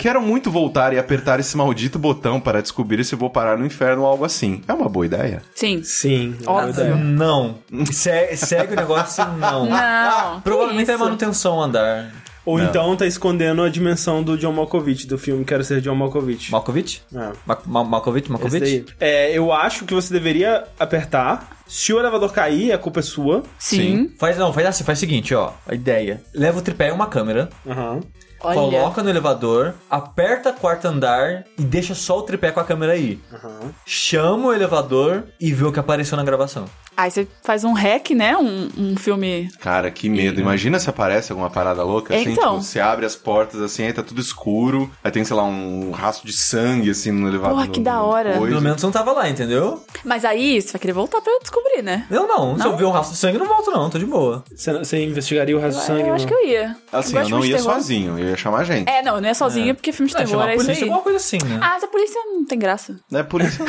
Quero muito voltar e apertar esse maldito botão para descobrir se vou parar no inferno ou algo assim. É uma boa ideia.
Sim.
Sim.
Óbvio.
Não. Se- é, segue o negócio assim, não.
Não, que
Provavelmente é
isso.
manutenção andar.
Ou
Não.
então tá escondendo a dimensão do John Malkovich, do filme Quero Ser John Malkovich.
Malkovich?
É.
Ma- Ma- Malkovich?
Esse
Malkovich?
daí. É, eu acho que você deveria apertar. Se o elevador cair, a culpa é sua.
Sim.
Faz, não, faz assim, faz o seguinte, ó. A ideia. Leva o tripé e uma câmera,
Aham.
Olha.
coloca no elevador, aperta quarto andar e deixa só o tripé com a câmera aí.
Aham.
Chama o elevador e vê o que apareceu na gravação.
Aí você faz um hack, né? Um, um filme.
Cara, que medo. Imagina se aparece alguma parada louca assim.
Então.
Tipo, você abre as portas assim, aí tá tudo escuro. Aí tem, sei lá, um rastro de sangue assim no elevador.
Porra, que
no-
da
no
hora.
coisa.
Pelo menos não tava lá, entendeu?
Mas aí você vai querer voltar pra descobrir, né?
Eu não. Se eu ver um rastro de sangue, eu não volto não, tô de boa.
Você, você investigaria o resto do
Eu-
sangue?
eu acho que eu ia.
Assim, eu
gosto
não
muito de
ia
terror.
sozinho, eu ia chamar gente.
É, não, eu não ia sozinha, porque filme de
Não,
terror
chamar
é
a
isso
polícia,
aí.
alguma coisa assim, né?
Ah, mas a polícia não tem graça.
É polícia.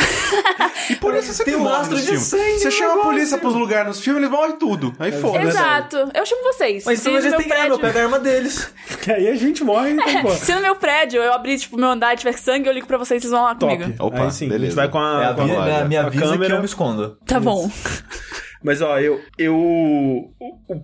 e polícia sempre
Tem um
morre
rastro
nos
de
filmes.
sangue
Você
no
chama a
negócio.
polícia pros lugares nos filmes, eles morrem tudo. Aí foda-se.
Exato. Eu chamo vocês.
Mas
se
então
no
eles
meu
têm arma, eu
prédio...
pego a arma deles.
Porque aí a gente morre, então, pô.
Se no meu prédio eu abrir, tipo, meu andar e tiver sangue, eu ligo pra vocês e vocês vão lá
Top.
comigo.
Opa,
aí sim, a gente
beleza.
vai com a...
É,
com a-
vamos
avisa,
lá,
né,
já.
me
A
avisa que
câmera-
eu me escondo.
Tá bom.
Mas ó, eu. Eu. o-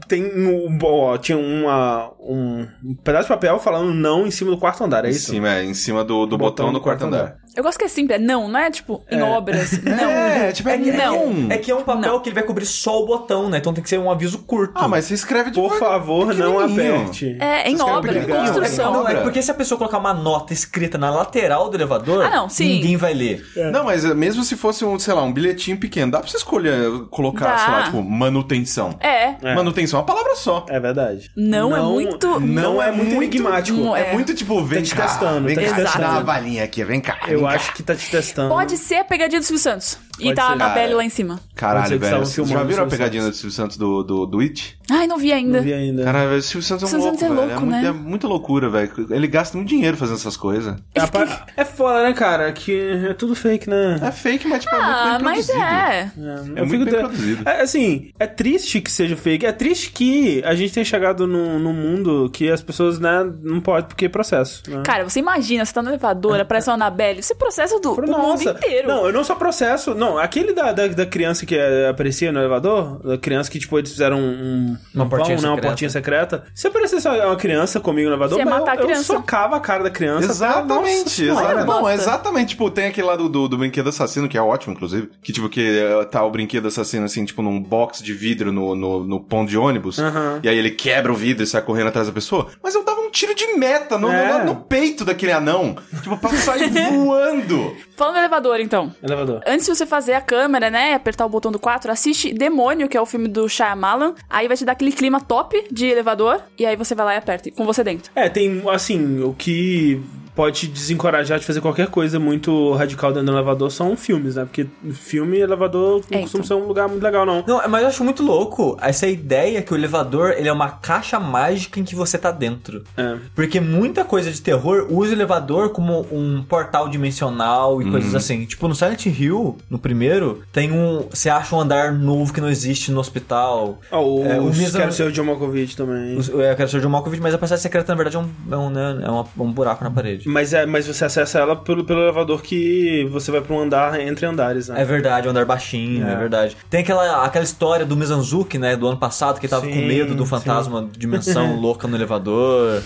Tem um. Ó, tinha uma, um, um pedaço de papel falando não em cima do quarto andar, é
Em
isso?
cima, é, em cima do, do botão, do quarto andar.
Eu gosto que é simples. É não, não é tipo em obras. Não.
É, tipo, é
não.
não.
É que é um papel que ele vai cobrir só o botão, né? Então tem que ser um aviso curto.
Ah, mas você escreve de
Por favor, não
pequenininho.
aperte.
É, em
Vocês querem
obra, em
brigar?
construção.
É
né?
Não, é
Obra.
porque se a pessoa colocar uma nota escrita na lateral do elevador,
Ah, não, sim.
ninguém vai ler.
Não, mas é, mesmo se fosse um, sei lá, um bilhetinho pequeno, dá pra você escolher colocar,
Dá.
sei lá, tipo, manutenção.
É.
É.
Manutenção é uma palavra só.
É verdade.
Não, é muito-
Não é muito enigmático.
mu-
É,
É.
muito tipo, vem
te
cá,
testando,
vem
tá te
cá,
testando.
dá uma balinha aqui, vem cá. vem
Eu
cá.
acho que tá te testando.
Pode ser a pegadinha do Silvio Santos. E
Pode
tá
ser. Ah, é.
a Anabelle
Cara.
lá em cima.
Pode ser
Caralho,
que
velho,
estavam
vocês já
filmando
viram a
o Silvio
pegadinha do Silvio Santos do, do, do It?
Ai, não vi ainda.
Não vi ainda.
Cara, velho, o Silvio Santos é um
Silvio
louco,
Santos é
velho.
louco,
muito-
né?
é muita loucura, velho. Ele gasta muito dinheiro fazendo essas coisas.
É, a par- é foda, né, cara? Que é tudo fake, né?
É fake, mas tipo,
Ah,
é muito bem
mas
produzido.
é.
É muito bem produzido.
É, assim, é triste que seja fake. É triste que a gente tenha chegado num, num mundo que as pessoas, né, não pode porque é processo. né?
Cara, você imagina, você tá no elevador, aparece uma Anabelle, você processa do,
Falei,
o mundo inteiro.
Não, eu não só processo. Não, aquele da, da, da criança que é, aparecia no elevador, da criança que, tipo, eles fizeram um, um
Uma
vão,
portinha
né, uma
secreta.
portinha secreta. Se aparecesse uma uma criança comigo no elevador,
Você ia
mas
matar a
eu, eu
criança.
socava a cara da criança.
Exatamente,
tá Nossa,
exatamente.
bosta.
Não, exatamente. Tipo, tem aquele lá do, do, do brinquedo assassino, que é ótimo, inclusive. Que, tipo, que eh, tá o brinquedo assassino, assim, tipo, num box de vidro no, no, no ponto de ônibus.
Aham.
E aí ele quebra o vidro e sai correndo atrás da pessoa. Mas eu dava um tiro de meta no,
É.
no, no peito daquele anão. Tipo, pra sair voando.
Falando no elevador, então.
elevador.
Antes de você fazer a câmera, né, apertar o botão do 4, assiste Demônio, que é o filme do Shyamalan. Aí vai te dar aquele clima top de elevador, e aí você vai lá e aperta, com você dentro.
É, tem, assim, o que pode te desencorajar de fazer qualquer coisa muito radical dentro do elevador são filmes, né? Porque filme e elevador não
É,
costuma
então.
ser um lugar muito legal, não.
Não, mas eu acho muito louco essa ideia que o elevador ele é uma caixa mágica em que você tá dentro.
É.
Porque muita coisa de terror usa o elevador como um portal dimensional e coisas assim. Tipo, no Silent Hill, no primeiro, tem um. Você acha um andar novo que não existe no hospital.
Ah, o,
É, o
o
Misa-
Quero Ser o John Malkovich também.
Os- Eu quero ser de um Malkovich, mas a passagem secreta, na verdade, é um, é um, né, é uma- um buraco na parede.
Mas, é, mas você acessa ela pelo, pelo elevador que você vai pra um andar entre andares, né?
É verdade, é um andar baixinho, é,
É.
verdade. Tem aquela, aquela história do Mizanzuki, né, do ano passado, que ele tava com
Sim,
medo do
sim.
fantasma de dimensão louca no elevador.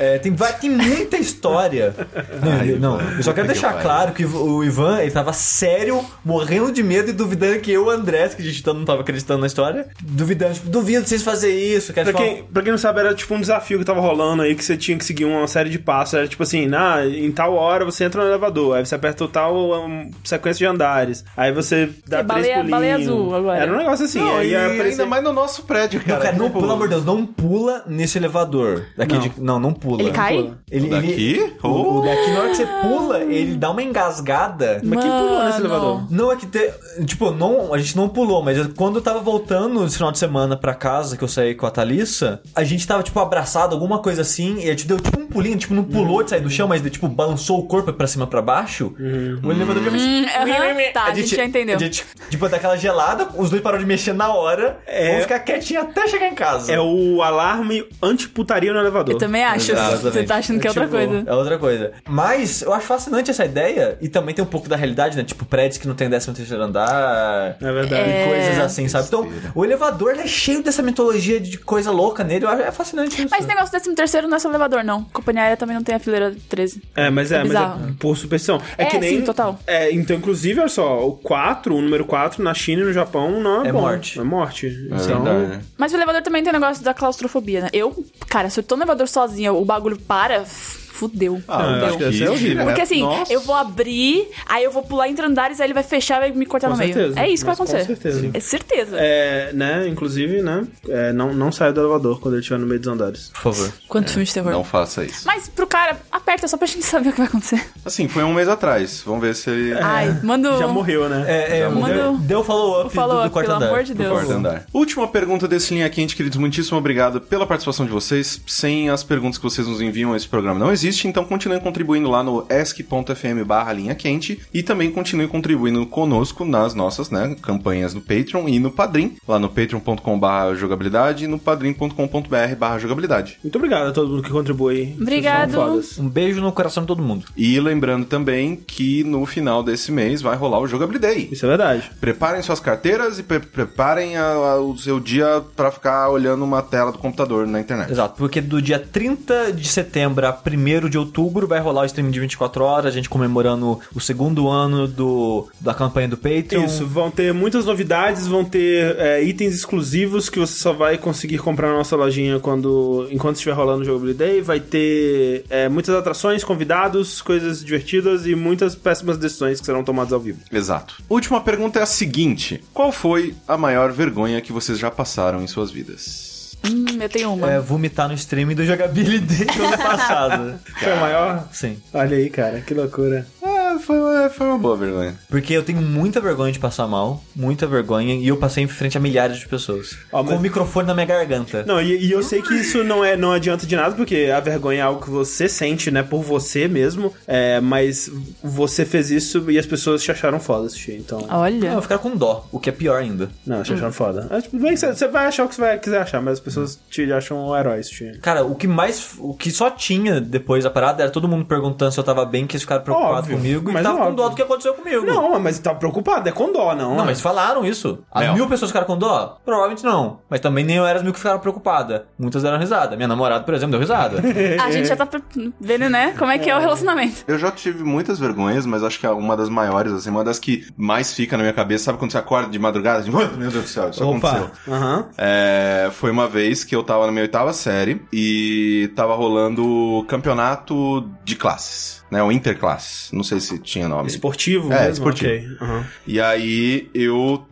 É, tem, vai, tem muita história. Não,
Ai,
não,
Ivan,
eu só
puta
quero
que
deixar
pariu.
claro que o Ivan, ele tava sério, morrendo de medo e duvidando que eu, Andrés, que a gente não tava acreditando na história, duvidando, tipo, duvido de vocês fazerem isso,
Pra
quero falar-
quem, pra quem não sabe, era tipo um desafio que tava rolando aí, que você tinha que seguir uma série de passos. Era tipo assim, na, em tal hora você entra no elevador, aí você aperta o tal um, sequência de andares. Aí você dá
É
três
baleia-
pulinhos.
baleia azul agora.
Era um negócio assim.
Não,
aí
e
ia aparecer-
ainda mais no nosso prédio,
Não,
cara.
cara, não,
Tipo,
pelo amor de Deus, não pula nesse elevador. Daqui
Não.
não. De, não, não pula.
Ele cai?
Pula.
Ele,
O daqui?
ele- o, o
Oh.
daqui, na hora que você pula, ele dá uma engasgada.
Mas quem pulou nesse
Mano.
elevador?
Não é que te, tipo, não, a gente não pulou, mas eu- quando eu tava voltando esse final de semana pra casa, que eu saí com a Thalissa, a gente tava, tipo, abraçado, alguma coisa assim, e a gente deu tipo um pulinho, tipo, não pulou de sair do chão, mas tipo, balançou o corpo pra cima pra baixo. O elevador já fez.
Hum, aham. Tá, a gente já entendeu.
a gente, tipo, daquela gelada, os dois pararam de mexer na hora,
É.
vão ficar quietinhos até chegar em casa.
É o alarme antiputaria no elevador.
Eu também acho.
Exatamente.
Você tá achando que é outra
Tipo,
coisa.
É outra coisa. Mas eu acho fascinante essa ideia e também tem um pouco da realidade, né? Tipo, prédios que não tem 13 terceiro andar.
É verdade.
E
É.
coisas assim, sabe? Então, o elevador ele é cheio dessa mitologia de coisa louca nele. Eu acho é fascinante isso.
Mas esse negócio do 13 não é só elevador, não. Companhia aérea também não tem a fileira 13.
É, mas é, mas é
Bizarro.
por superstição. É,
É,
que nem.
sim, total.
É, então, inclusive, olha só, o 4, o número 4 na China e no Japão não é,
É
bom.
morte.
É morte.
É
então,
verdade.
Mas o elevador também tem o negócio da claustrofobia, né? Eu, cara, se eu tô no elevador sozinha, o bagulho para, f- fudeu.
Ah,
eu
não,
acho que deve
que- né?
ser horrível.
Porque assim,
Nossa.
eu vou abrir, aí eu vou pular entre andares, aí ele vai fechar e vai me cortar
Com
no meio.
certeza.
É isso que
Mas
vai
com
acontecer.
certeza.
É certeza.
É, né, inclusive, né, é, não, não saia do elevador quando ele estiver no meio dos andares.
Por favor.
Quanto filme de terror.
Não faça isso.
Mas pro cara, aperta só pra gente saber o que vai acontecer.
Assim, foi um mês atrás. Vamos ver se ele. É.
Ai, manda um-
Já morreu, né?
É, é,
Manda
deu,
o-
deu follow-up
o follow-up,
do, do quarto
pelo
andar.
amor de
Por
Deus.
favor.
Quarto andar. Última pergunta desse linha quente, queridos. Muitíssimo obrigado pela participação de vocês. Sem as perguntas que vocês nos enviam, esse programa não existe, então continuem contribuindo lá no ask.fm barra linha quente e também continuem contribuindo conosco nas nossas né, campanhas no Patreon e no Padrim, lá no patreon.com barra jogabilidade e no padrim.com.br barra jogabilidade.
Muito obrigado a todo mundo que contribui.
Obrigado.
Vocês são fodas.
Um beijo no coração de todo mundo.
E lembrando também que no final desse mês vai rolar o Jogabilidade.
Isso é verdade.
Preparem suas carteiras e pre- preparem a- a- o seu dia pra ficar olhando uma tela do computador na internet.
Exato, porque do dia 30 de setembro a 1 de outubro vai rolar o stream de 24 horas, a gente comemorando o segundo ano do, da campanha do Patreon.
Isso, vão ter muitas novidades, vão ter é, itens exclusivos que você só vai conseguir comprar na nossa lojinha quando enquanto estiver rolando o Jogabilidade Day. Vai ter é, muitas atrações, convidados, coisas divertidas e muitas péssimas decisões que serão tomadas ao vivo.
Exato. Última pergunta é a seguinte: Qual foi a maior vergonha que vocês já passaram em suas vidas?
Hum, eu tenho uma.
É, vomitar no stream do jogabilidade do ano passado.
Foi a maior?
Sim.
Olha aí, cara, que loucura.
É, foi, uma- foi uma boa vergonha.
Porque eu tenho muita vergonha de passar mal, muita vergonha, e eu passei em frente a milhares de pessoas.
Ó, Ah, mas-
Com o microfone na minha garganta.
Não, e, e eu sei que isso não é não adianta de nada, porque a vergonha é algo que você sente, né, por você mesmo, é, mas você fez isso e as pessoas te acharam foda assistir, então...
Ah.
Não,
Olha.
eu ficar com dó, o que é pior ainda.
Não, te acharam foda. É, tipo, bem que você vai achar o que você vai- quiser achar, mas as pessoas te acham um herói assistir.
Cara, o que mais. O que só tinha depois da parada era todo mundo perguntando se eu tava bem, que eles ficaram preocupados
Óbvio,
comigo e
mas
tava com
óbvio.
dó do que aconteceu comigo.
Não, mas tá preocupado, é com dó, não.
Não, mas falaram isso. As
Léo.
mil pessoas ficaram com dó? Provavelmente não. Mas também nem eu era as mil que ficaram preocupadas. Muitas deram risada. Minha namorada, por exemplo, deu risada.
A gente já tá pre- vendo, né? Como é que é o relacionamento.
Eu já tive muitas vergonhas, mas acho que é uma das maiores, assim, uma das que mais fica na minha cabeça, sabe quando você acorda de madrugada? Assim, "Ai, meu Deus do céu, isso aconteceu.
Aham.
É, foi uma vez que eu tava na minha oitava série e tava rolando campeonato de classes. né? O Interclass. Não sei se tinha nome.
Esportivo?
É,
mesmo?
esportivo.
Ok, aham.
E aí eu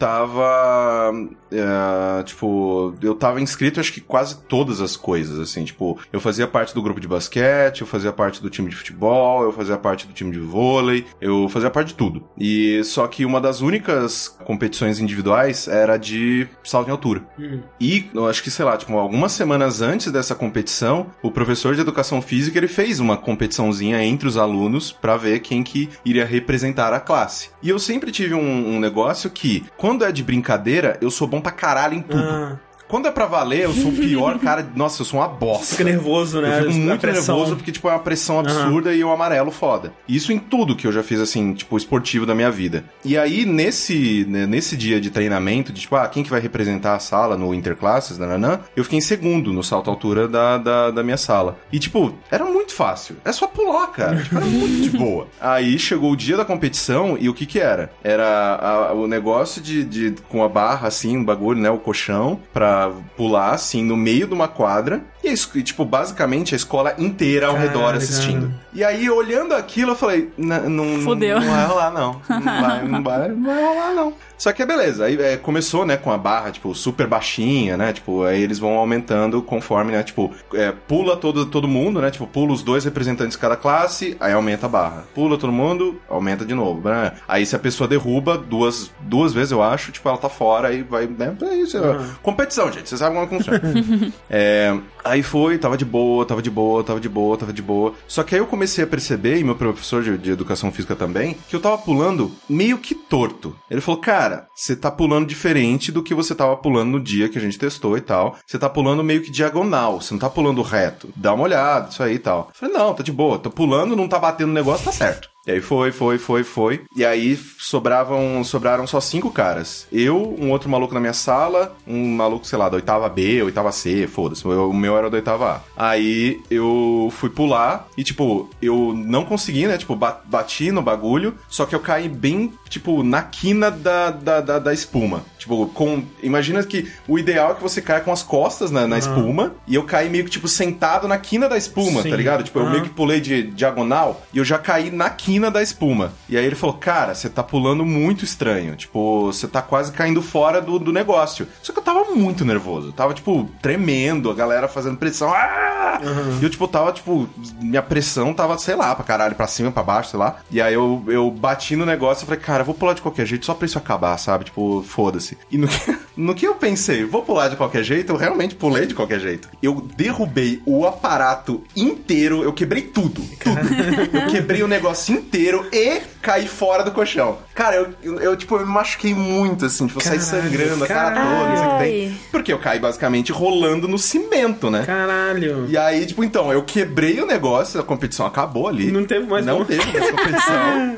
tava. é, tipo, eu tava inscrito acho que quase todas as coisas, assim. Tipo, eu fazia parte do grupo de basquete, eu fazia parte do time de futebol, eu fazia parte do time de vôlei, eu fazia parte de tudo. E só que uma das únicas competições individuais era de salto em altura.
Hum.
E eu acho que, sei lá, tipo, algumas semanas antes dessa competição, o professor de educação física ele fez uma competiçãozinha entre os alunos pra ver quem que iria representar a classe. E eu sempre tive um, um negócio que, quando é de brincadeira, eu sou bom pra caralho em tudo.
Ah,
Quando é pra valer, eu sou o pior cara. Nossa, eu sou uma bosta.
fica nervoso, né?
Eu fico
A
muito
pressão.
nervoso porque, tipo, é uma pressão absurda e o amarelo foda. Isso em tudo que eu já fiz, assim, tipo, esportivo da minha vida. E aí, nesse, né, nesse dia de treinamento, de tipo, ah, quem que vai representar a sala no Interclasses, nananã, eu fiquei em segundo no salto à altura da, da, da minha sala. E, tipo, era muito fácil. É só pular, cara. Tipo, era muito de boa. Aí chegou o dia da competição e o que que era? Era a- o negócio de, de- com a barra, assim, um bagulho, né, o colchão, pra pular, assim, no meio de uma quadra. E, a es- e, tipo, basicamente a escola inteira ao
Caralho,
redor assistindo.
cara.
E aí, olhando aquilo, eu falei, "Na- não
Fudeu.
não vai rolar, não. Não vai, não vai, não vai rolar, não. Só que é beleza. Aí é, começou, né, com a barra, tipo, super baixinha, né? Tipo, aí eles vão aumentando conforme, né? Tipo, é, pula todo, todo mundo, né? Tipo, pula os dois representantes de cada classe, aí aumenta a barra. Pula todo mundo, aumenta de novo. né? Aí se a pessoa derruba duas, duas vezes, eu acho, tipo, ela tá fora, aí vai, né? É isso. é-
Uhum.
Competição, gente. Vocês sabem como é que funciona. É, aí foi, tava de boa, tava de boa, tava de boa, tava de boa. Só que aí eu comecei a perceber, e meu professor de, de educação física também, que eu tava pulando meio que torto. Ele falou, cara, você tá pulando diferente do que você tava pulando no dia que a gente testou e tal. Você tá pulando meio que diagonal, você não tá pulando reto. Dá uma olhada, isso aí e tal. Eu falei, não, tá de boa, tô pulando, não tá batendo o negócio, tá certo. E aí foi, foi, foi, foi. E aí sobravam, sobraram só cinco caras. Eu, um outro maluco na minha sala, um maluco, sei lá, da oitava B, oitava C, foda-se. O meu era da oitava A. Aí eu fui pular e, tipo, eu não consegui, né? Tipo, ba- bati no bagulho, só que eu caí bem, tipo, na quina da, da, da, da espuma. Tipo, com. Imagina que o ideal é que você caia com as costas né, na, na espuma e eu caí meio que, tipo, sentado na quina da espuma,
Sim.
tá ligado? Tipo, eu
Aham.
meio que pulei de diagonal e eu já caí na quina da espuma. E aí ele falou: Cara, você tá pulando muito estranho. Tipo, você tá quase caindo fora do, do negócio. Só que eu tava muito nervoso. Eu Tava, tipo, tremendo, a galera fazendo pressão. Ah! E eu, tipo, tava, tipo, minha pressão tava, sei lá, pra caralho, pra cima, pra baixo, sei lá. E aí eu, eu bati no negócio e falei, cara, eu vou pular de qualquer jeito só pra isso acabar, sabe? Tipo, foda-se. E no que, no que eu pensei, vou pular de qualquer jeito, eu realmente pulei de qualquer jeito. Eu derrubei o aparato inteiro, eu quebrei tudo. Tudo. Eu quebrei o negócio inteiro e caí fora do colchão. Cara, eu, eu, eu, tipo, eu me machuquei muito, assim, tipo, eu saí
Caralho,
sangrando a cara toda, não sei o que tem. Porque eu caí basicamente rolando no cimento, né?
Caralho.
E aí, tipo, então, eu quebrei o negócio, a competição acabou ali.
Não teve mais
Não
como.
teve mais competição.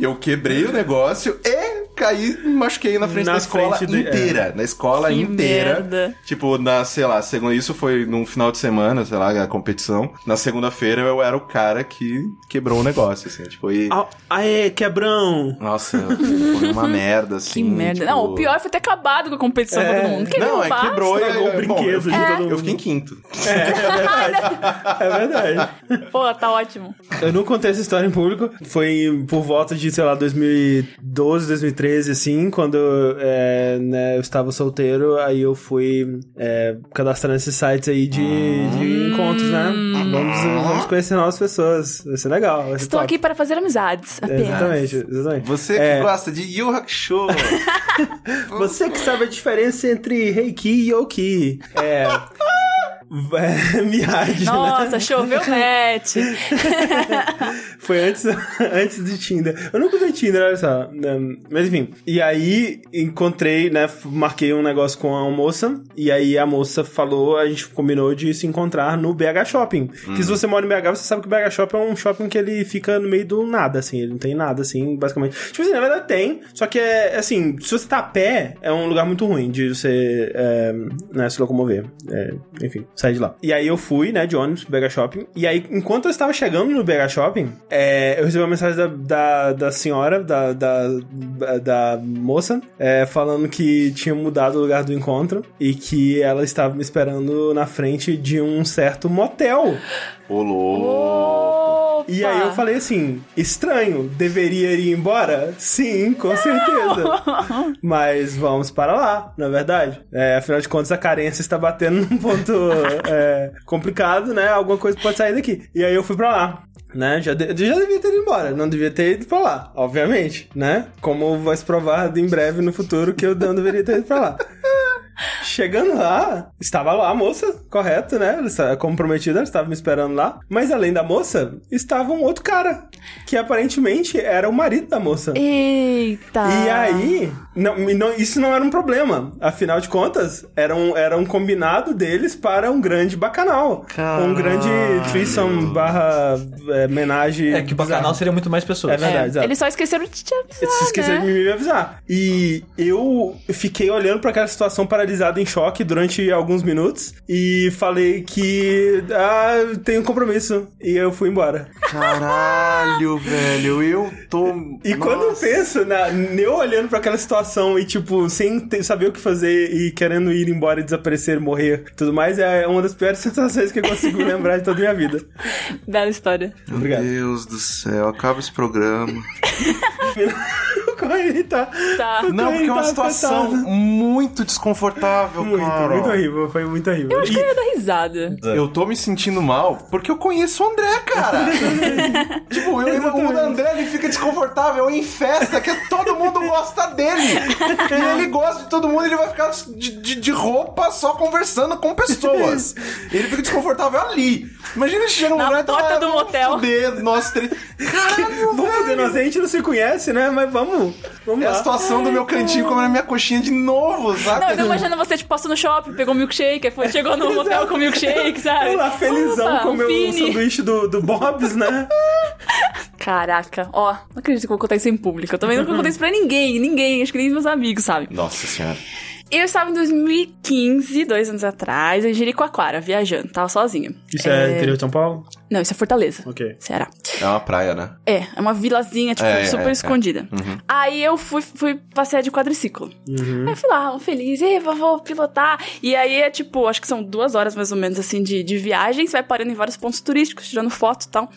eu quebrei o negócio e caí, me machuquei na frente
Na
da escola
frente de- é.
inteira. Na escola
Que
inteira.
merda.
Tipo, na, sei lá, segundo isso foi num final de semana, sei lá, a competição. Na segunda-feira eu era o cara que quebrou o negócio, assim, tipo, e.
Ah, aê, quebrão.
Nossa, foi uma merda, assim.
Que merda.
tipo-
Não, o pior foi ter acabado com a competição pra todo mundo. Que
Não, é
basta.
quebrou e
Estragou o
bom, eu
brinquedo de
fiquei-
todo mundo.
Eu fiquei em quinto.
É verdade.
Pô, tá ótimo.
Eu não contei essa história em público. Foi por volta de, sei lá, 2012, 2013, assim, quando é, né, eu estava solteiro, aí eu fui é, cadastrar nesses sites aí de,
Hum.
de encontros, né? Vamos, vamos conhecer novas pessoas. Vai ser legal. Vai ser
Ah. Estou
top. É,
aqui para fazer amizades apenas.
Exatamente, exatamente.
Você que
É.
gosta de Yu Hakusho.
Você que sabe a diferença entre Reiki e Oki. É. é, Miyagi, né?
Nossa, choveu match.
Foi antes, antes do Tinder. Eu nunca usei Tinder, olha só. Né? Mas enfim. E aí encontrei, né? f- Marquei um negócio com a moça. E aí a moça falou, a gente combinou de se encontrar no BH Shopping. Que se você mora em BH, você sabe que o BH Shopping é um shopping que ele fica no meio do nada, assim. Ele não tem nada, assim, basicamente. Tipo assim, na verdade tem. Só que é assim, se você tá a pé, é um lugar muito ruim de você é, né, se locomover. É, enfim, sair de lá. E aí eu fui, né, de ônibus pro BH Shopping. E aí, enquanto eu estava chegando no BH Shopping, é, eu recebi uma mensagem da, da, da senhora, da, da, da moça, é, falando que tinha mudado o lugar do encontro e que ela estava me esperando na frente de um certo motel.
Ô, louco.
Opa!
E aí eu falei assim: estranho, deveria ir embora? Sim, com certeza. Mas vamos para lá, na verdade. É, afinal de contas, a carência está batendo num ponto é, complicado, né? Alguma coisa pode sair daqui. E aí eu fui pra lá. Né? Já, de- já devia ter ido embora, não devia ter ido pra lá, obviamente, né? Como vai se provar em breve no futuro que eu não deveria ter ido pra lá. Chegando lá, estava lá a moça, correto, né? Ela estava comprometida, ela estava me esperando lá. Mas além da moça, estava um outro cara, que aparentemente era o marido da moça.
Eita.
"Ah, E aí, não, e não- isso não era um problema. Afinal de contas, era um, era um combinado deles para um grande bacanal. Um grande threesome barra é, homenagem.
É que o bacanal seria muito mais pessoas.
É verdade, exato.
Eles só esqueceram de te avisar,
Se esquecer
né?
de me avisar. E eu fiquei olhando pra aquela situação paralisada em choque durante alguns minutos e falei que ah, eu tenho compromisso e eu fui embora.
Caralho, velho, eu tô.
E quando eu
Nossa.
penso na eu olhando pra aquela situação e tipo sem ter- saber o que fazer e querendo ir embora e desaparecer, morrer, tudo mais é uma das piores sensações que eu consigo lembrar de toda a minha vida.
Bela história.
Meu
Obrigado.
Deus do céu, acaba esse programa.
Corre, tá?
Tá.
Eu tô
Não, porque é uma
irritado,
situação
coitado.
muito desconfortável,
muito,
cara.
muito horrível, foi muito horrível.
Acho que eu ia dar risada.
Eu tô me sentindo mal porque eu conheço o André, cara. tipo, eu, o André ele fica desconfortável em festa que todo mundo gosta dele. e ele gosta de todo mundo, ele vai ficar de, de- de roupa só conversando com pessoas. Ele fica desconfortável ali. Imagina se chega um
Na
lugar e tá,
porta
"Ah,
do
vamos
motel."
Fuder, nós três. Caralho,
Vamos
velho.
fazer, nós a gente não se conhece, né? Mas vamos, vamos
É a
lá.
situação do meu cantinho comendo a minha coxinha de novo, sabe?
Não, eu tô imaginando você, tipo, passou no shopping, pegou um milkshake, aí foi, chegou no hotel com milkshake, sabe?
Eu lá felizão
Opa,
com o
um
meu
Fini.
sanduíche do, do Bob's, né?
Caraca, ó, não acredito que eu vou contar isso em público. Eu também nunca contei isso pra ninguém, ninguém, acho que nem meus amigos, sabe?
Nossa senhora.
Eu estava em 2015, dois anos atrás, em Jericoacoara, viajando, tava sozinha.
Isso é, interior de São Paulo?
Não, isso é Fortaleza.
Ok.
Será?
É uma praia, né?
É, é uma vilazinha, tipo,
É, é,
super
é.
escondida. Aí eu fui, fui passear de quadriciclo.
Uhum.
Aí eu fui lá, um feliz, "Ê, vou- vou pilotar. E aí é tipo, acho que são duas horas mais ou menos assim de, de viagem. Você vai parando em vários pontos turísticos, tirando foto e tal.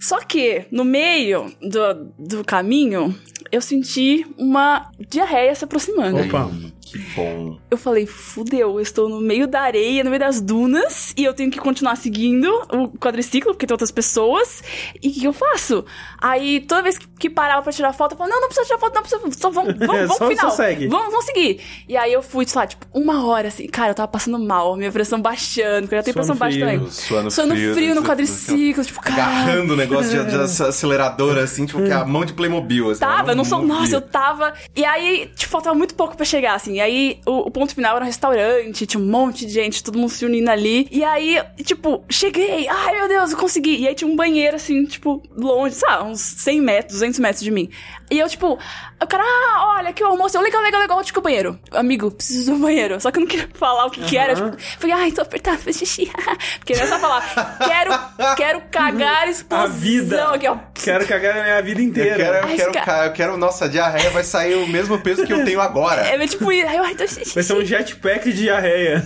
Só que no meio do, do caminho, eu senti uma diarreia se aproximando.
Opa.
Ai, que bom.
Eu falei, fudeu, eu estou no meio da areia, no meio das dunas, e eu tenho que continuar seguindo o quadriciclo, porque tem outras pessoas, e o que eu faço? Aí, toda vez que- que parava pra tirar foto, eu falava, não, não precisa tirar foto, não precisa, só vamos, vamos, vamos
Só-
pro final.
só segue.
Vamos, vamos seguir. E aí eu fui, sei lá, tipo, uma hora, assim, cara, eu tava passando mal, minha pressão baixando, porque eu já tenho
Suando assim,
pressão
frio.
baixa também.
Suando
Suando
frio, né?
frio, no quadriciclo, tipo, cara...
agarrando o negócio de, de ac- acelerador, assim, tipo, que é a mão de Playmobil. Assim,
Tava, eu
eu
não sou. Nossa, eu tava. E aí, tipo, faltava muito pouco pra chegar, assim. E aí, o, o ponto final era um restaurante, tinha um monte de gente, todo mundo se unindo ali. E aí, tipo, cheguei. Ai, meu Deus, eu consegui. E aí tinha um banheiro, assim, tipo, longe, sabe? Uns 100 metros, 200 metros de mim. E eu, tipo, o cara, ah, olha, aqui o almoço. Eu, legal, legal, legal, onde que é o banheiro? Amigo, preciso do banheiro. Só que eu não queria falar o que que era.
Aham.
Tipo, falei, ai, tô apertado, faz xixi. Porque não é só falar, quero, quero cagar explosão.
A vida.
Aqui, ó.
Quero cagar a minha vida
Eu
inteira.
quero, eu
Ai,
quero,
cara.
ca- eu quero- nossa diarreia, vai sair o mesmo peso que eu tenho agora.
É tipo, ai, ai, tô xixi.
Vai ser um jetpack de diarreia.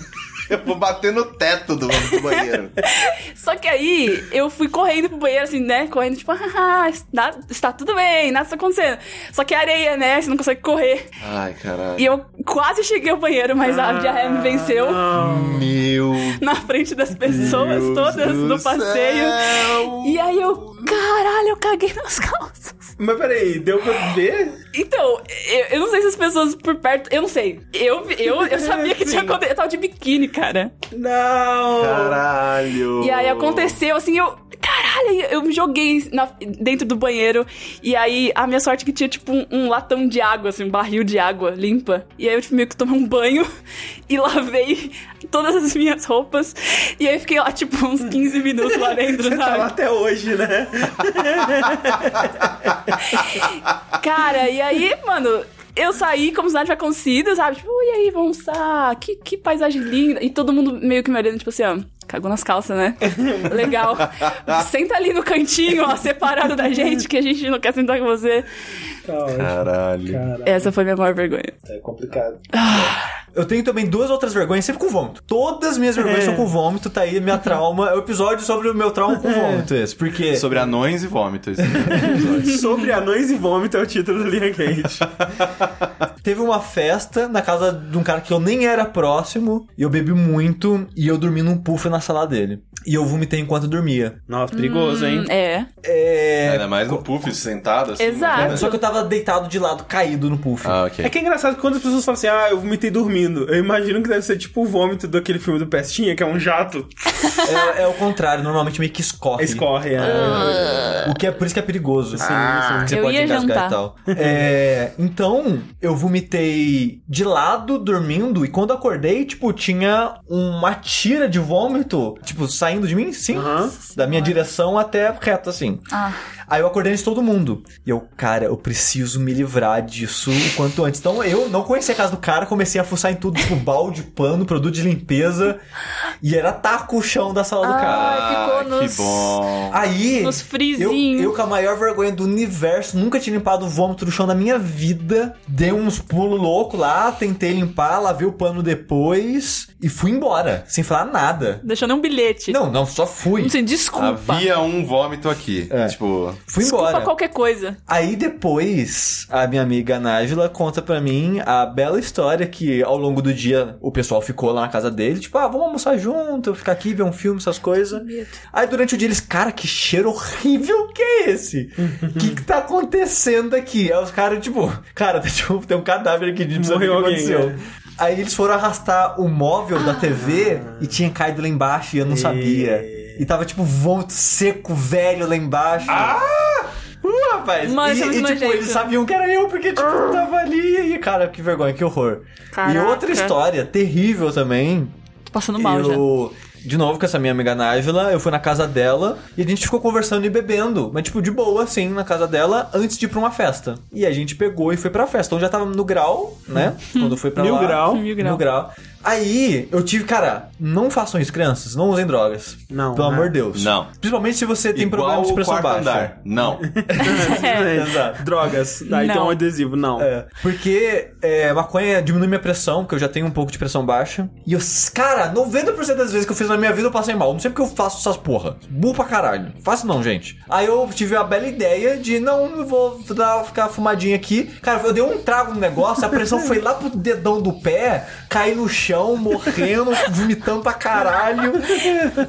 Eu vou bater no teto do, do banheiro.
Só que aí eu fui correndo pro banheiro, assim, né? Correndo, tipo, ah, está, está tudo bem, nada está acontecendo. Só que é areia, né? Você não consegue correr.
Ai, caralho.
E eu quase cheguei ao banheiro, mas a diarreia me venceu
Ah. Meu
na frente das pessoas
Deus
todas
do
no passeio.
céu.
E aí eu, caralho, eu caguei nas calças.
Mas peraí, deu pra ver?
Então, eu, eu não sei se as pessoas por perto. Eu não sei. Eu, eu, eu sabia que tinha
Sim.
acontecido. Eu tava de biquíni, cara.
Não!
Caralho.
E aí aconteceu, assim, eu. Caralho, eu me joguei na- dentro do banheiro. E aí, a minha sorte é que tinha, tipo, um, um latão de água, assim, um barril de água limpa. E aí eu, tipo, meio que tomei um banho e lavei todas as minhas roupas. E aí fiquei lá, tipo, uns 15 minutos lá dentro,
Você tá lá
sabe?
até hoje, né?
Cara, e aí, mano. Eu saí como se nada tivesse acontecido, sabe? Tipo, e aí, vamos lá, que, que paisagem linda. E todo mundo meio que me olhando, tipo assim, ó, cagou nas calças, né? Legal. Senta ali no cantinho, ó, separado da gente, que a gente não quer sentar com você.
Tá ótimo.
Caralho.
Caralho.
Essa foi minha maior vergonha.
É complicado.
Eu tenho também duas outras vergonhas, sempre com vômito. Todas minhas vergonhas
É.
são com vômito, tá aí minha trauma. É o episódio sobre o meu trauma com vômito, esse. Porque.
Sobre anões e vômitos. esse episódio.
Sobre anões e vômito é o título da linha quente.
Teve uma festa na casa de um cara que eu nem era próximo, e eu bebi muito, e eu dormi num puff na sala dele. E eu vomitei enquanto dormia.
Nossa, perigoso, hein?
É.
É.
Ainda mais no puff, sentado assim.
Exato.
Só que eu tava deitado de lado, caído no puff.
Ah, ok.
É que é engraçado que quando as pessoas falam assim, ah, eu vomitei dormindo, eu imagino que deve ser tipo o vômito daquele filme do Pestinha, que é um jato
É, é o contrário, normalmente meio que escorre.
escorre. é.
Ah.
O que é por isso que é perigoso.
Ah.
Você
Eu
pode
ia
engasgar
jantar.
e tal. É, então, eu vomitei de lado, dormindo, e quando acordei, tipo, tinha uma tira de vômito, tipo, saindo de mim, sim.
Aham.
Da minha direção até reto, assim.
Ah.
Aí eu acordei antes de todo mundo. E eu, cara, eu preciso me livrar disso o quanto antes. Então eu não conhecia a casa do cara, comecei a fuçar em tudo, tipo, balde, pano, produto de limpeza. E era taco o chão da sala do cara.
Ah,
Ah,
ficou nos-
Que bom.
Aí.
Nos
Eu,
frizinhos.
eu com a maior vergonha do universo, nunca tinha limpado o vômito do chão da minha vida. Dei uns pulos loucos lá, tentei limpar, lavei o pano depois e fui embora, sem falar nada.
Deixando um bilhete.
Não, não, só fui.
Não sei, desculpa.
Havia um vômito aqui.
É.
Tipo,
Fui
desculpa
embora.
qualquer coisa.
Aí depois, a minha amiga Nájila conta pra mim a bela história que ao longo do dia o pessoal ficou lá na casa dele, tipo, ah, vamos almoçar junto, ficar aqui, ver um filme, essas coisas. Aí durante o dia eles, cara, que cheiro horrível que é esse? O que, que tá acontecendo aqui? Aí os caras, tipo, cara, tem, tipo, tem um cadáver aqui, a gente precisa ver o
Morreu
que
alguém,
aconteceu.
né? Ah.
Aí eles foram arrastar o móvel da TV e tinha caído lá embaixo e eu não sabia. E tava tipo vômito seco, velho lá embaixo. Ah! Uh, rapaz!
Mano,
e
isso é
e,
muito
tipo,
nojento.
eles sabiam que era eu, porque tipo, eu tava ali. E cara, que vergonha, que horror. E outra
Ah. Caraca.
história terrível também.
Tô passando mal já.
eu, de novo com essa minha amiga Nájila, eu fui na casa dela e a gente ficou conversando e bebendo, mas tipo de boa assim, na casa dela, antes de ir pra uma festa. E a gente pegou e foi pra festa. Então já tava no grau, né? Quando foi pra
Mil
lá.
grau.
Mil grau.
Mil grau. Aí eu tive, cara, não façam isso, crianças, não usem drogas.
Não,
Pelo
né?
amor de Deus.
Não.
Principalmente se você tem
igual
problema de
o
pressão
quarto
baixa.
andar. Não.
É.
Exato.
Drogas. Daí
Não.
tem um adesivo, não.
É, porque é, maconha diminui minha pressão, porque eu já tenho um pouco de pressão baixa. E eu, cara, 90% das vezes que eu fiz na minha vida eu passei mal. Não sei porque eu faço essas porra. Burro pra caralho. Faço não, gente. Aí eu tive a bela ideia de, não, eu vou dar, ficar fumadinho aqui. Cara, eu dei um trago no negócio, a pressão foi lá pro dedão do pé, caí no chão, morrendo, vomitando pra caralho.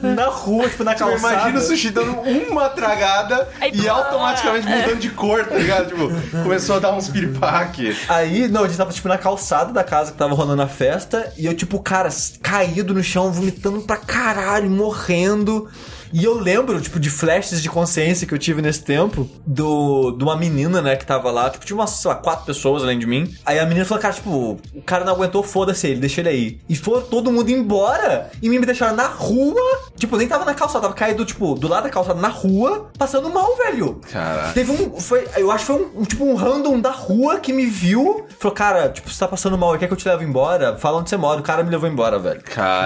Na rua, tipo, na
Eu
calçada.
imagino o sushi dando uma tragada
Aí,
e
pá.
automaticamente mudando de cor, tá ligado? Tipo, começou a dar uns piripaque.
Aí, não, a gente tava, tipo, na calçada da casa que tava rolando a festa. E eu, tipo, cara, s- caído no chão, vomitando pra caralho, morrendo. E eu lembro, tipo, de flashes de consciência que eu tive nesse tempo. Do, de uma menina, né, que tava lá. Tipo, tinha umas, sei lá, quatro pessoas além de mim. Aí a menina falou, cara, tipo, o cara não aguentou, foda-se ele, deixa ele aí. E foi todo mundo embora. E me deixaram na rua. Tipo, nem tava na calçada, tava caído, tipo, do lado da calçada, na rua. Passando mal, velho.
Caraca.
Teve um. Foi, eu acho que foi um, um, tipo um random da rua que me viu. Falou, cara, tipo, você tá passando mal, quer que eu te leve embora? Fala onde você mora. O cara me levou embora, velho.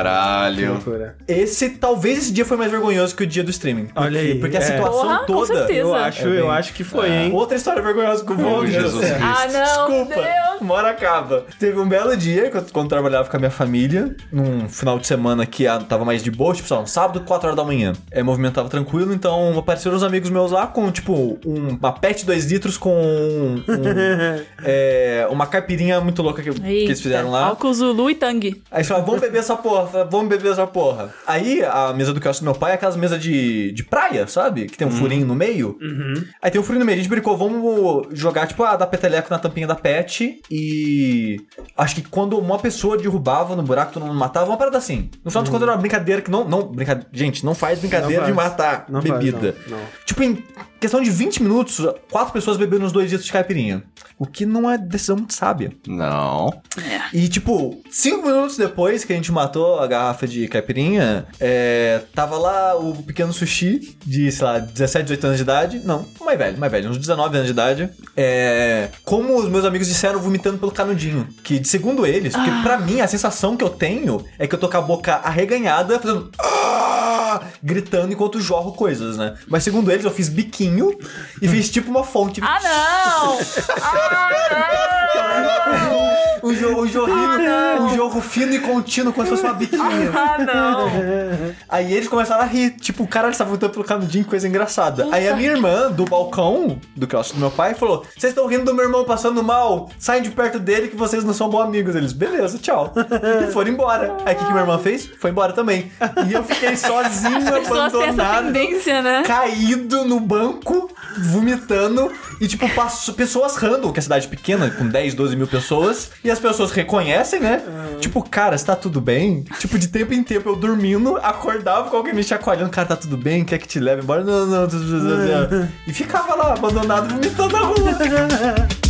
Caralho.
Loucura.
Esse, talvez esse dia foi mais vergonhoso que o dia do streaming. Porque,
Olha aí,
Porque a
é.
situação
Porra, com
toda.
certeza.
Eu acho,
É bem-
eu acho que foi, hein?
Outra história vergonhosa com o
Meu
Volta.
Jesus Cristo.
Ah, não,
Desculpa,
Deus.
uma hora acaba. Teve um belo dia, quando, quando trabalhava com a minha família, num final de semana que ah, tava mais de boa, tipo, sei lá, um sábado, 4 horas da manhã. É, o movimento tava tranquilo, então apareceram uns amigos meus lá com, tipo, um, uma pet 2 litros com um- um, é, uma caipirinha muito louca que, que eles fizeram lá.
Álcool Zulu e Tang.
Aí eles falaram, vamos beber essa porra, falaram, vamos beber essa porra. Aí a mesa do quiosque do meu pai é aquelas mesas de, de praia, sabe? Que tem um
Uhum.
furinho no meio. Aí tem um furinho no meio, a gente brincou, vamos jogar, tipo, ah, dar peteleco na tampinha da pet e... Acho que quando uma pessoa derrubava no buraco, todo mundo matava, uma parada assim. No final de contas era uma brincadeira que não... não brinca... Gente, não faz brincadeira
Uhum. Não
de
faz.
matar
Ah, Não faz,
bebida.
não, não.
Tipo, em questão de 20 minutos, quatro pessoas beberam uns dois litros de caipirinha. O que não é decisão muito sábia.
Não.
É.
E, tipo, cinco minutos depois que a gente matou a garrafa de caipirinha, é, tava lá o pequeno sushi de, sei lá, 17, 18 anos de idade. Não, mais velho, mais velho, uns 19 anos de idade. É, como os meus amigos disseram, vomitando pelo canudinho. Que, de segundo eles, porque pra mim a sensação que eu tenho é que eu tô com a boca arreganhada, fazendo. "Ah!" gritando enquanto jorro coisas, né? Mas segundo eles, eu fiz biquinho e fiz tipo uma fonte.
Ah, não! Ah,
Um, jo um jorrinho,
Ah, não!
um jorro fino e contínuo, como se fosse uma biquinha.
não! Ah, não!
Aí eles começaram a rir, tipo, caralho, eles estavam lutando pelo canudinho, que coisa engraçada. Aí a minha irmã, do balcão, do clássico do meu pai, falou: Vocês estão rindo do meu irmão passando mal, saem de perto dele que vocês não são bons amigos. Eles, beleza, tchau. E foram embora. Aí o que, que minha irmã fez? Foi embora também. E eu fiquei sozinho,
As pessoas têm essa
abandonado.
tendência, né?
Caído no banco, vomitando, e tipo, passo, pessoas random, que é cidade pequena, com 10, 12 mil pessoas, e as pessoas reconhecem, né? Tipo, cara, está tudo bem? Tipo, de tempo em tempo eu dormindo, acordava com alguém me chacoalhando, cara, tá tudo bem? Quer que te leve embora? Não, não, não, não, não, não. E ficava lá, abandonado, vomitando na rua.